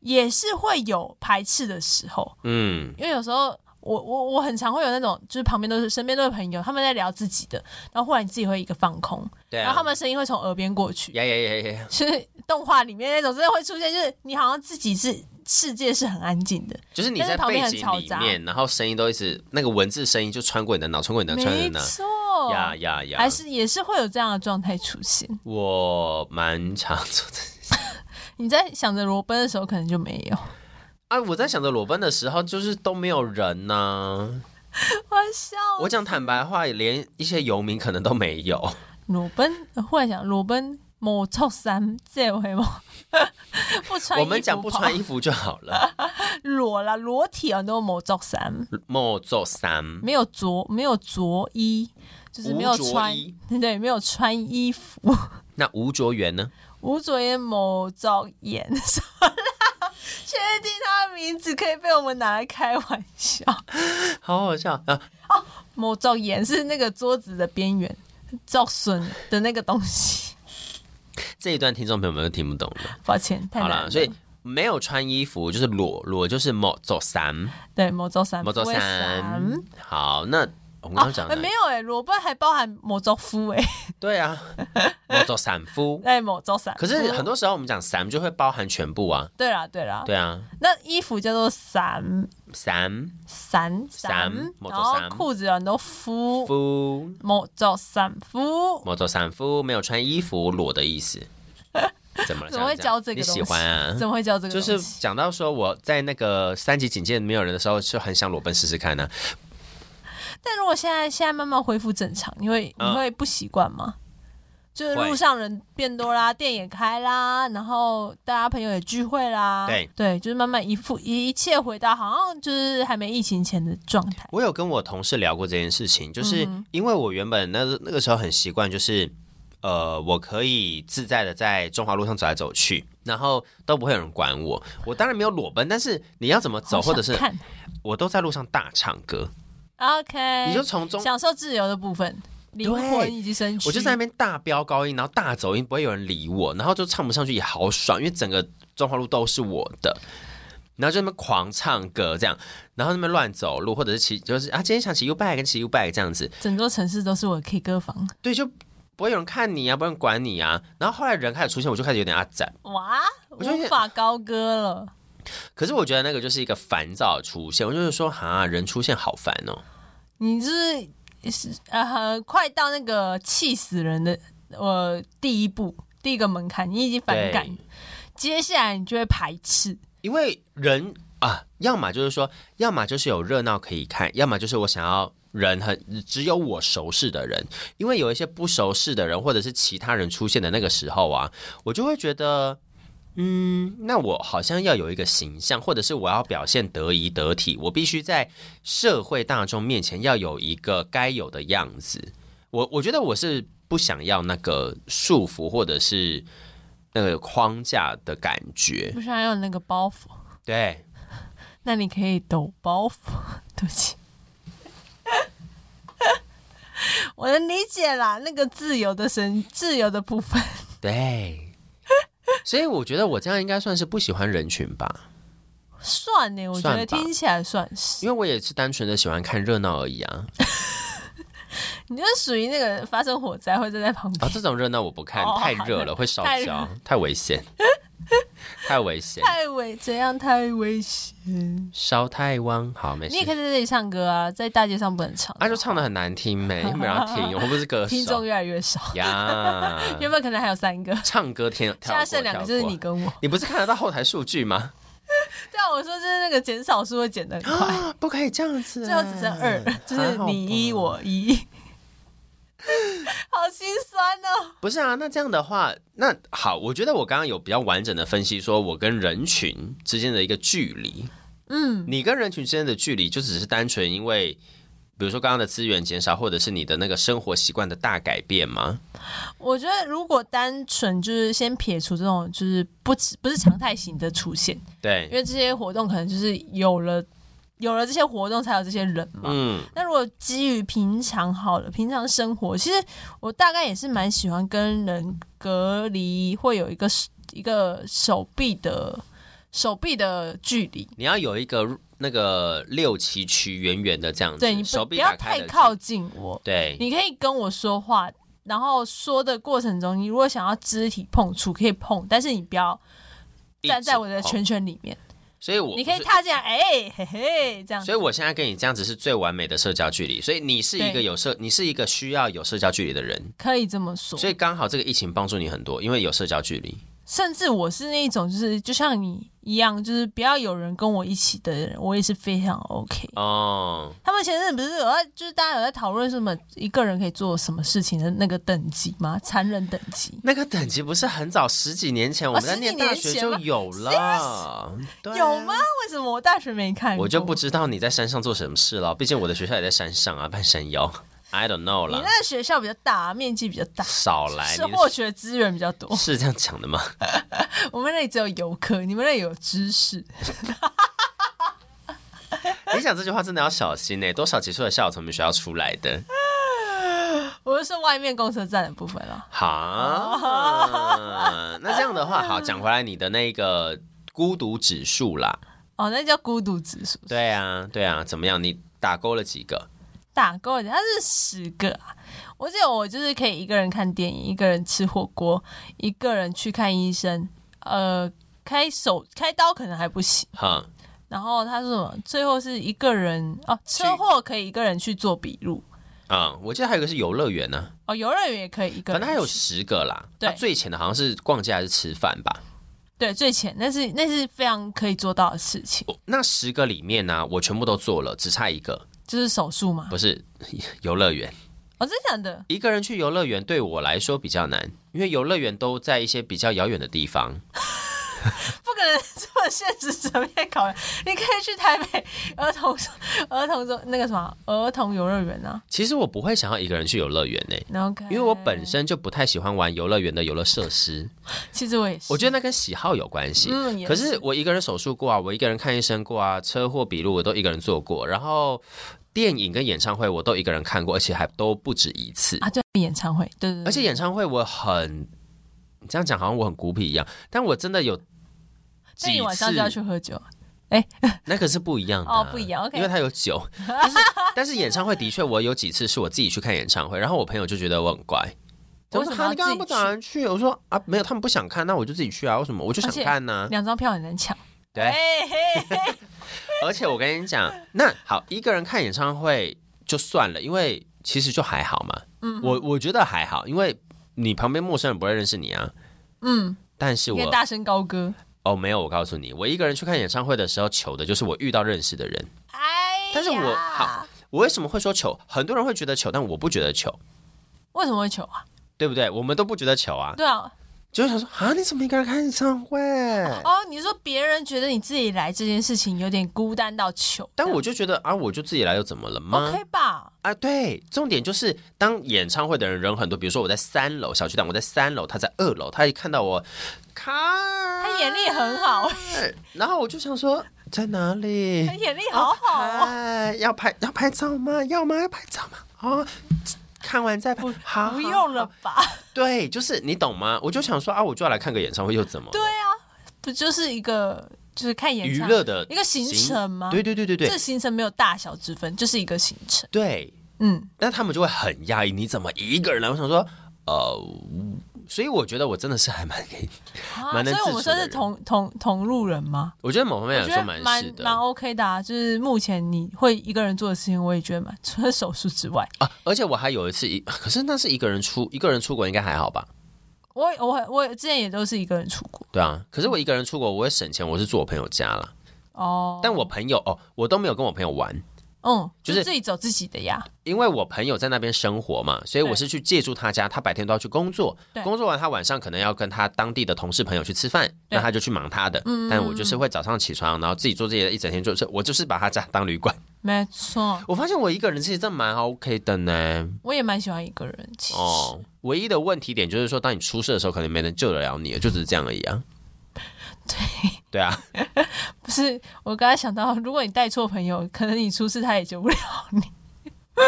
S1: 也是会有排斥的时候，
S2: 嗯，
S1: 因为有时候我我我很常会有那种，就是旁边都是身边都是朋友，他们在聊自己的，然后忽然你自己会一个放空，
S2: 对啊。
S1: 然后他们声音会从耳边过去，
S2: 呀呀呀呀呀，
S1: 就是动画里面那种真的会出现，就是你好像自己是世界是很安静的，
S2: 就是你
S1: 但是
S2: 在
S1: 旁
S2: 背
S1: 边很
S2: 景
S1: 嘈
S2: 里
S1: 杂
S2: 面，然后声音都一直那个文字声音就穿过你的脑，穿过你的脑，穿过你
S1: 没
S2: 的脑。
S1: 错，
S2: 呀呀呀！
S1: 还是也是会有这样的状态出现。
S2: 我蛮常做 <laughs> 的。
S1: 你在想着罗奔的时候，可能就没有。 <laughs>
S2: 啊，我在想着裸奔的时候，就是都没有人呐、
S1: 哦我笑。
S2: 我讲坦白话，连一些游民可能都没有。
S1: 裸奔，呃忽然想裸奔，某臭三这回吗？ <laughs> 不穿衣服跑，
S2: 我们讲不穿衣服就好
S1: <laughs>
S2: 了。
S1: 裸啦，裸体啊，都某臭三，
S2: 莫做三，
S1: 没有着，没有着衣，就是没有
S2: 无着
S1: 穿 <laughs>
S2: 衣，
S1: 对，没有穿衣服。 <laughs>
S2: 那吴卓源呢？
S1: 吴卓言某照言 <laughs> 什么啦？确定他的名字可以被我们拿来开玩笑？
S2: 好好笑啊！
S1: 某照言是那个桌子的边缘，照损的那个东西。
S2: 这一段听众朋友们都听不懂了。
S1: 抱歉，太
S2: 好
S1: 难
S2: 啦，
S1: 了。
S2: 所以没有穿衣服就是裸，裸就是莫做三，
S1: 对某照三，
S2: 莫做
S1: 不会
S2: 三
S1: 三。
S2: 好，那我们刚刚讲
S1: 哎
S2: 的、
S1: 没有哎、裸奔还包含某州夫哎、
S2: 对啊，我走散夫。
S1: <laughs> 哎某州伞。
S2: 可是很多时候我们讲散就会包含全部啊，
S1: 对啦对啦，
S2: 对啊，
S1: 那衣服叫做伞
S2: 散
S1: 伞
S2: 伞某州
S1: 然后
S2: 伞
S1: 裤子很多夫
S2: 夫，
S1: 某州伞夫，
S2: 我走散夫没有穿衣服裸的意思，怎么了？
S1: 怎么会教这个
S2: 你
S1: 东西
S2: 喜欢啊？
S1: 怎么会叫这个
S2: 就
S1: 东西？
S2: 是讲到说我在那个三级警戒没有人的时候，就很想裸奔试试看啊呢、
S1: 但如果现在现在慢慢恢复正常，你会你
S2: 嗯
S1: 会不习惯吗？就是
S2: 会
S1: 路上人变多啦，店也开啦，然后大家朋友也聚会啦，
S2: 对
S1: 就是慢慢一复一切回到好像就是还没疫情前的状态。
S2: 我有跟我同事聊过这件事情，
S1: 嗯
S2: 就是因为我原本那那个时候很习惯，就是呃，我可以自在的在中华路上走来走去，然后都不会有人管我。我当然没有裸奔，但是你要怎么走，
S1: 好
S2: 或者
S1: 想
S2: 是
S1: 看
S2: 我都在路上大唱歌，
S1: OK，
S2: 你就从中。
S1: 享受自由的部分，灵魂以及身躯。
S2: 我就在那边大飙高音，然后大走音，不会有人理我，然后就唱不上去也好爽，因为整个中华路都是我的，然后就在那边狂唱歌这样，然后那边乱走路，或者是骑，就是啊，今天想骑 U bike 跟骑 U bike 这样子，
S1: 整座城市都是我的 K 歌房。
S2: 对，就不会有人看你啊，不会有人管你啊。然后后来人开始出现，我就开始有点阿展。
S1: 哇，
S2: 觉得
S1: 无法高歌了。
S2: 可是我觉得那个就是一个烦躁的出现，我就是说，哈，人出现好烦哦。
S1: 你就是是呃，快到那个气死人的呃第一步，第一个门槛，你已经反感
S2: 对，
S1: 接下来你就会排斥。
S2: 因为人啊，要么就是说，要么就是有热闹可以看，要么就是我想要人很只有我熟识的人，因为有一些不熟识的人或者是其他人出现的那个时候啊，我就会觉得。嗯，那我好像要有一个形象，或者是我要表现得宜得体，我必须在社会大众面前要有一个该有的样子。我我觉得我是不想要那个束缚或者是那个框架的感觉。
S1: 不想要有那个包袱，
S2: 对，
S1: 那你可以抖包袱。 <laughs> 对不起，我能理解啦，那个自由的神，自由的部分。
S2: 对，所以我觉得我这样应该算是不喜欢人群吧，
S1: 算呢，我觉得
S2: 算吧
S1: 听起来算是，
S2: 因为我也是单纯的喜欢看热闹而已啊。
S1: 你就是属于那个发生火灾会站在旁
S2: 啊，
S1: 边，
S2: 这种热闹我不看
S1: 哦，
S2: 太热了会烧
S1: 太
S2: 焦，太危
S1: <laughs>
S2: 险，太危险，
S1: 太危这样太危险。
S2: 烧太旺。好，没
S1: 你也可
S2: 事。
S1: 以在这里唱歌啊，在大街上不能唱，
S2: 啊，就唱的很难听没，
S1: <laughs>
S2: 又没有人要听，我们不是啊歌
S1: 听众
S2: 手
S1: 越来越少。
S2: 呀。
S1: <laughs> 原本可能还有三个，
S2: 唱歌天，
S1: 现在
S2: 跳过
S1: 剩两个就是你。
S2: 跳过
S1: 跟我。 <laughs>
S2: 你不是看得到后台数据吗？
S1: 对啊，我说就是那个减少数会减得很快，
S2: 啊，不可以这样子啊。哦
S1: 最后只剩二，就是你一
S2: 我。
S1: 我一， <laughs> 好心酸哦。
S2: 不是啊，那这样的话，那好，我觉得我刚刚有比较完整的分析，说我跟人群之间的一个距离。
S1: 嗯，
S2: 你跟人群之间的距离，就只是单纯因为，比如说刚刚的资源减少，或者是你的那个生活习惯的大改变吗？
S1: 我觉得如果单纯就是先撇除这种就是不不是常态型的出现，因
S2: 对，
S1: 为这些活动可能就是有了有了这些活动才有这些人嘛。
S2: 嗯，
S1: 那如果基于平常好了，平常生活，其实我大概也是蛮喜欢跟人隔离，会有一个一个手臂的手臂的距离，
S2: 你要有一个那个六七区远远的这样子，
S1: 对你
S2: 手
S1: 不不
S2: 臂
S1: 要
S2: 打开
S1: 太
S2: 的，
S1: 靠近我，
S2: 对，
S1: 你可以跟我说话，然后说的过程中，你如果想要肢体碰触可以碰，但是你不要站在我的
S2: 一直
S1: 圈
S2: 碰，
S1: 圈里面，
S2: 所以我
S1: 你可以踏进来，哎、嘿嘿，这样
S2: 所以我现在跟你这样子是最完美的社交距离，所以你是一个
S1: 对
S2: 有社，你是一个需要有社交距离的人，
S1: 可以这么说。
S2: 所以刚好这个疫情帮助你很多，因为有社交距离。
S1: 甚至我是那一种，就是就像你一样，就是不要有人跟我一起的人，我也是非常 OK。
S2: 哦，
S1: 他们前阵子不是有在，就是大家有在讨论什么一个人可以做什么事情的那个等级吗？残忍等级
S2: 那个等级不是很早，十几年前我们
S1: 哦
S2: 在念大学就有了，对啊
S1: 有吗？？为什么我大学没看过？
S2: 我就不知道你在山上做什么事了，毕竟我的学校也在山上啊，半山腰，I <laughs> don't know
S1: 你
S2: 啦，
S1: 那个学校比较大，面积比较大，
S2: 少来，
S1: 是
S2: 哎你
S1: 获取的资源比较多。
S2: 是这样讲
S1: <laughs>
S2: 的吗？
S1: 我们那里只有游客，你们那里有知识。
S2: 你讲这句话真的要小心呢、多少杰出的校友从我们学校出来的？
S1: 我是说外面公车站的部分啊了。哦
S2: 好， <laughs> 那这样的话，好，讲回来你的那个孤独
S1: <laughs>
S2: 指数啦，
S1: 哦，那叫孤独指数。
S2: 对啊，对啊，怎么样？你打勾了几个？
S1: 大给我讲，它是十个啊！我记得我就是可以一个人看电影，一个人吃火锅，一个人去看医生，呃，开手开刀可能还不行。
S2: 哈，
S1: 然后他说什么？最后是一个人哦，车祸可以一个人去做笔录
S2: 啊，我记得还有一个是游乐园呢，
S1: 哦，游乐园也可以一个人
S2: 反正
S1: 去。
S2: 还有十个啦。
S1: 对
S2: 它最浅的好像是逛街还是吃饭吧。
S1: 对最浅，那是那是非常可以做到的事情，
S2: 我那十个里面呢、我全部都做了，只差一个，
S1: 就是手术嘛。
S2: 不是 <laughs> 游乐园。
S1: 哦，真的假的？
S2: 一个人去游乐园对我来说比较难，因为游乐园都在一些比较遥远的地方。
S1: 不可能这么现实层面考量。 <laughs> 你可以去台北儿童儿童中那个什么儿童游乐园啊，
S2: 其实我不会想要一个人去游乐园呢、
S1: 然后看
S2: 因为我本身就不太喜欢玩游乐园的游乐设施，
S1: 其实我也是，
S2: 我觉得那跟喜好有关系。
S1: 嗯，也
S2: 可是我一个人手术过啊，我一个人看医生过啊，车祸笔录我都一个人做过，然后电影跟演唱会我都一个人看过，而且还都不止一次。
S1: 啊，对演唱会，对对对，
S2: 而且演唱会我很，你这样讲好像我很孤僻一样，但我真的有
S1: 那
S2: 几
S1: 你晚上就要去
S2: 次，
S1: 喝酒
S2: 那个是不一样的、
S1: 哦，不一。样，OK，
S2: 因为他有酒，但是 <laughs> 但是演唱会的确，我有几次是我自己去看演唱会，然后我朋友就觉得我很乖，他
S1: 为
S2: 说
S1: 什么
S2: 啊
S1: 要
S2: 你刚刚不
S1: 自己
S2: 早上去？我说啊没有，他们不想看，那我就自己去啊，为什么？我就想
S1: 而且
S2: 看呢、
S1: 两张票很难抢，
S2: 对，
S1: 嘿嘿嘿，
S2: 而且我跟你讲，那好，一个人看演唱会就算了，因为其实就还好嘛。嗯，我我觉得还好，因为你旁边陌生人不会认识你啊。
S1: 嗯，
S2: 但 <laughs> 是
S1: 你可以
S2: 我
S1: 大声高歌，
S2: 哦，没有，我告诉你，我一个人去看演唱会的时候，求的就是我遇到认识的人。
S1: 哎呀，
S2: 但是我好我为什么会说求？很多人会觉得求，但我不觉得求，
S1: 为什么会求啊？
S2: 对不对？我们都不觉得求啊，
S1: 对啊，
S2: 就是想说啊，你怎么一个人看演唱会？
S1: 哦，你说别人觉得你自己来这件事情有点孤单到糗，
S2: 但我就觉得啊，我就自己来又怎么了吗？
S1: OK 吧？
S2: 啊，对，重点就是当演唱会的人人很多，比如说我在三楼小区档，我在三楼，他在二楼，他一看到我，卡尔，
S1: 他眼力很好，
S2: 啊然后我就想说在哪里
S1: 他？眼力哎好好哦。
S2: 哎，要拍要拍照吗？要吗？要拍照吗？哦，看完再拍，好，
S1: 不
S2: 好
S1: 用了。吧？
S2: 对，就是你懂吗？我就想说啊，我就要来看个演唱会，又怎么了？
S1: 对啊，不就是一个就是看演
S2: 娱
S1: 唱
S2: 乐的
S1: 一个行程吗？
S2: 对对对对
S1: 这
S2: 对
S1: 行程没有大小之分，就是一个行程。
S2: 对，
S1: 嗯，
S2: 那他们就会很压抑，你怎么一个人来？我想说，呃，所以我觉得我真的是还蛮给
S1: 啊，
S2: 蛮
S1: 所
S2: 能
S1: 以我们
S2: 自处的
S1: 算是
S2: 人
S1: 同同同路人吗？
S2: 我觉得某方面
S1: 我
S2: 来
S1: 觉
S2: 说
S1: 得
S2: 蛮是
S1: 蛮
S2: 的
S1: 蛮 OK 的啊，就是目前你会一个人做的事情，我也觉得蛮 <laughs> 除了手术之外，
S2: 啊，而且我还有一次一， <laughs> 可是那是一个人出一个人出国应该还好吧？
S1: 我我我之前也都是一个人出国
S2: 对啊，可是我一个人出国，我会省钱，我是住我朋友家啦。
S1: 哦，
S2: 但我朋友哦，我都没有跟我朋友玩，
S1: 嗯，
S2: 就
S1: 就是自己走自己的呀，
S2: 因为我朋友在那边生活嘛，所以我
S1: 对
S2: 是去借住他家，他白天都要去工作，
S1: 对
S2: 工作完他晚上可能要跟他当地的同事朋友去吃饭，
S1: 对
S2: 那他就去忙他的，
S1: 嗯
S2: 但我就是会早上起床，然后自己做自己的一整天，就是我就是把他家当旅馆。
S1: 没错，
S2: 我发现我一个人其实真的蛮 OK 的呢。
S1: 我也蛮喜欢一个人，其实。
S2: 哦，唯一的问题点就是说，当你出事的时候，可能没人救得了你，就只是这样而已啊。对，
S1: <laughs>
S2: 对啊，
S1: 不是，我刚才想到，如果你带错朋友，可能你出事他也救不了你。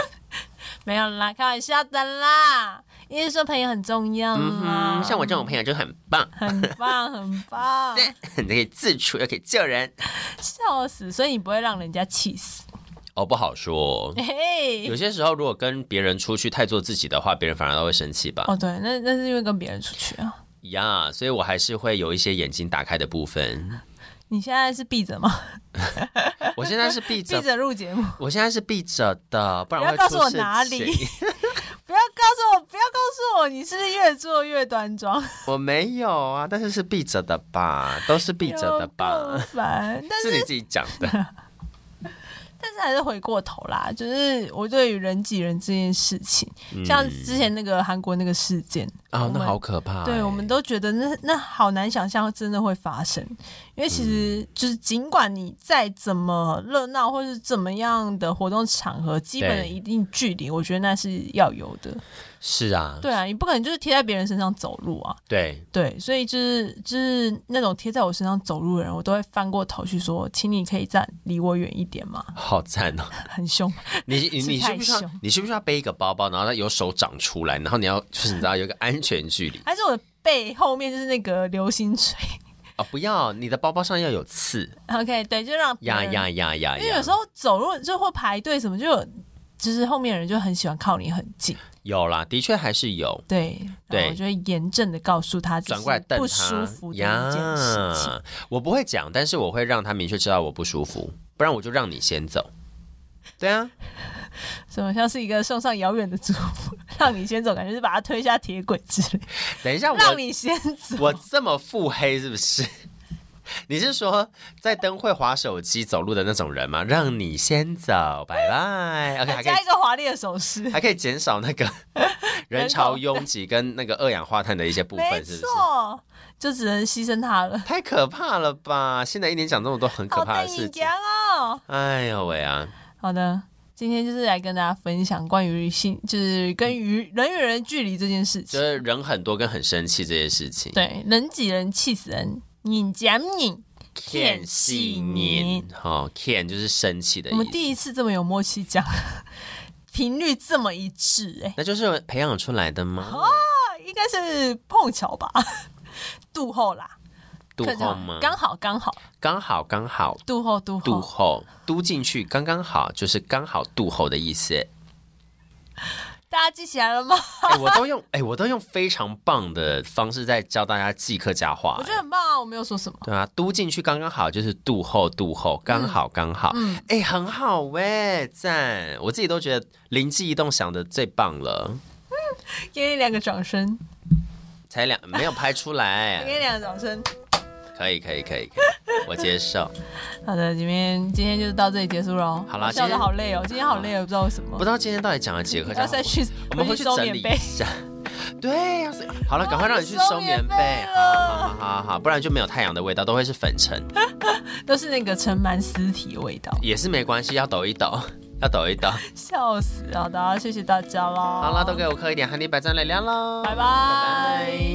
S1: <laughs> 没有啦，开玩笑的啦，因为说朋友很重要啊，
S2: 嗯，像我这种朋友就很棒， <laughs>
S1: 很棒很 <laughs> 棒，
S2: 你可以自处，又可以救人。
S1: 笑死！所以你不会让人家气死，
S2: 哦，不好说。
S1: 嘿
S2: 有
S1: 嘿。
S2: 些时候，如果跟别人出去太做自己的话，别人反而都会生气吧。
S1: 哦，对，那那是因为跟别人出去啊。
S2: 呀所以我还是会有一些眼睛打开的
S1: <laughs>
S2: 部分。
S1: 你现在是闭着吗？
S2: 我现在是闭
S1: 闭
S2: 着，
S1: 着录节目，
S2: 我现在是闭着的，不然
S1: 不要
S2: 会
S1: 告
S2: 出
S1: 诉我
S2: 事
S1: 哪
S2: 情
S1: 里 <laughs> 不要告诉我，不要告诉我，你是不是越做越端庄？
S2: <laughs> 我没有啊，但是是闭着的吧，都是 <laughs> 闭着的
S1: 有够
S2: 吧，
S1: 烦，但
S2: 是你自己讲的。
S1: 但是还是回过头啦，就是我对于人挤人这件事情，
S2: 嗯
S1: 像之前那个韩国那个事件，<laughs>
S2: 啊
S1: 我，
S2: 那
S1: 们
S2: 好可怕欸、
S1: 对我们都觉得那那好难想象真的会发生，因为其
S2: 嗯
S1: 实就是尽管你再怎么热闹或是怎么样的活动场合，基本的一定距离，我觉得那是要有的。
S2: 是啊，
S1: 对啊，你不可能就是贴在别人身上走路啊，
S2: 对
S1: 对，所以就是就是那种贴在我身上走路的人，我都会翻过头去说，请你可以站离我远一点嘛，<laughs>
S2: 好赞哦！
S1: 很凶。
S2: 你你
S1: 是
S2: 你是
S1: 太
S2: 不是要
S1: 凶
S2: 你是不是要背一个包包，然后它有手长出来，然后你要就是你知道有一个安全距离
S1: 还是我的背后面就是那个流星锤
S2: 哦？不要，你的包包上要有刺
S1: ？OK，对，就让别
S2: 呀
S1: 人
S2: 哎呀呀呀
S1: 因为有
S2: 呀
S1: 时！候走路就或排队什么，就有就是后面的人就很喜欢靠你很近，
S2: 有啦，的确还是有。
S1: 对，然后
S2: 对
S1: 我就会严正的告诉他，这
S2: 转过来
S1: 是
S2: 瞪他
S1: 不舒服的一件事情。
S2: 呀我不会讲，但是我会让他明确知道我不舒服，不然我就让你先走。对啊，
S1: 怎么像是一个送上遥远的祝福，让你先走，感觉是把他推下铁轨之类，
S2: 等一下我
S1: 让你先走。
S2: <laughs> 我这么腹黑是不是？ <laughs> 你是说在灯会划手机走路的那种人吗？让你先走，拜拜。OK，还可以
S1: 加一个华丽的手势，
S2: 还可以减少那
S1: <laughs>
S2: 个人潮拥挤跟那个二氧化碳的一些部
S1: 没
S2: 分，是不是？
S1: 错，就只能牺牲他了。
S2: 太可怕了吧！新的一年讲这么多很可
S1: 好
S2: 怕
S1: 邓
S2: 的事
S1: 颖
S2: 情，
S1: 强哦。
S2: 哎呦喂啊！
S1: 好的，今天就是来跟大家分享关于性，就是跟与人与人距离这件事
S2: 就
S1: 情。
S2: 是人很多跟很生气这些事情，
S1: 对，人挤人，气死人，你讲你。欠细
S2: 你
S1: 你，
S2: 哦，can 就是生气的
S1: 我们
S2: 意思，
S1: 第一次这么有默契
S2: <laughs>
S1: 讲，频率这么一致、哎，
S2: 那就是培养出来的吗？
S1: 啊应该是碰巧吧， <laughs> 度后啦，
S2: 度
S1: 客家
S2: 后
S1: 话
S2: 吗？
S1: 刚好刚好，
S2: 刚好刚好
S1: 度后度后，
S2: 度后嘟进去，刚刚好就是刚好度后的
S1: <laughs>
S2: 意思。
S1: 大家记起来了吗？
S2: 哎，我都用哎，我都用非常棒的方式在教大家记客家话哎
S1: 我。觉得很棒啊，我没有说什么。
S2: 对啊，嘟进去刚刚好，就是度后度后，刚好刚好，
S1: 嗯
S2: 哎、很好喂、赞！我自己都觉得灵机一动想的最棒了，哎
S1: 给你两个掌声，
S2: 才两没有拍出
S1: 我给 <laughs>
S2: 来，
S1: 你两个掌声。
S2: 可以可以可以可以，我接受。
S1: 好的，今天今天就到这里结束喽。
S2: 好啦
S1: 我笑
S2: 今天
S1: 的好累哦，今天好累哦，不知道为什么
S2: 不知。道今天到底讲了几个客家
S1: 要
S2: 话
S1: 再，去，
S2: 我们
S1: 回
S2: 回
S1: 去
S2: 去
S1: 收
S2: 整理
S1: 棉
S2: 一
S1: 被。
S2: 下。 <laughs> 对呀、所以好了，赶快让你去
S1: 我要去
S2: 收
S1: 收棉
S2: 棉被
S1: 被，
S2: 好
S1: 了
S2: 好好好好，不然就没有太阳的味道，都会是粉尘，
S1: 都是那个尘螨尸体的味道，
S2: 也是没关系，要抖一抖， <laughs> 要抖一抖。
S1: 笑死！好的，谢谢大家啦。
S2: 好了，都给我磕一点，喊你百赞来聊喽，
S1: 拜拜
S2: 拜拜。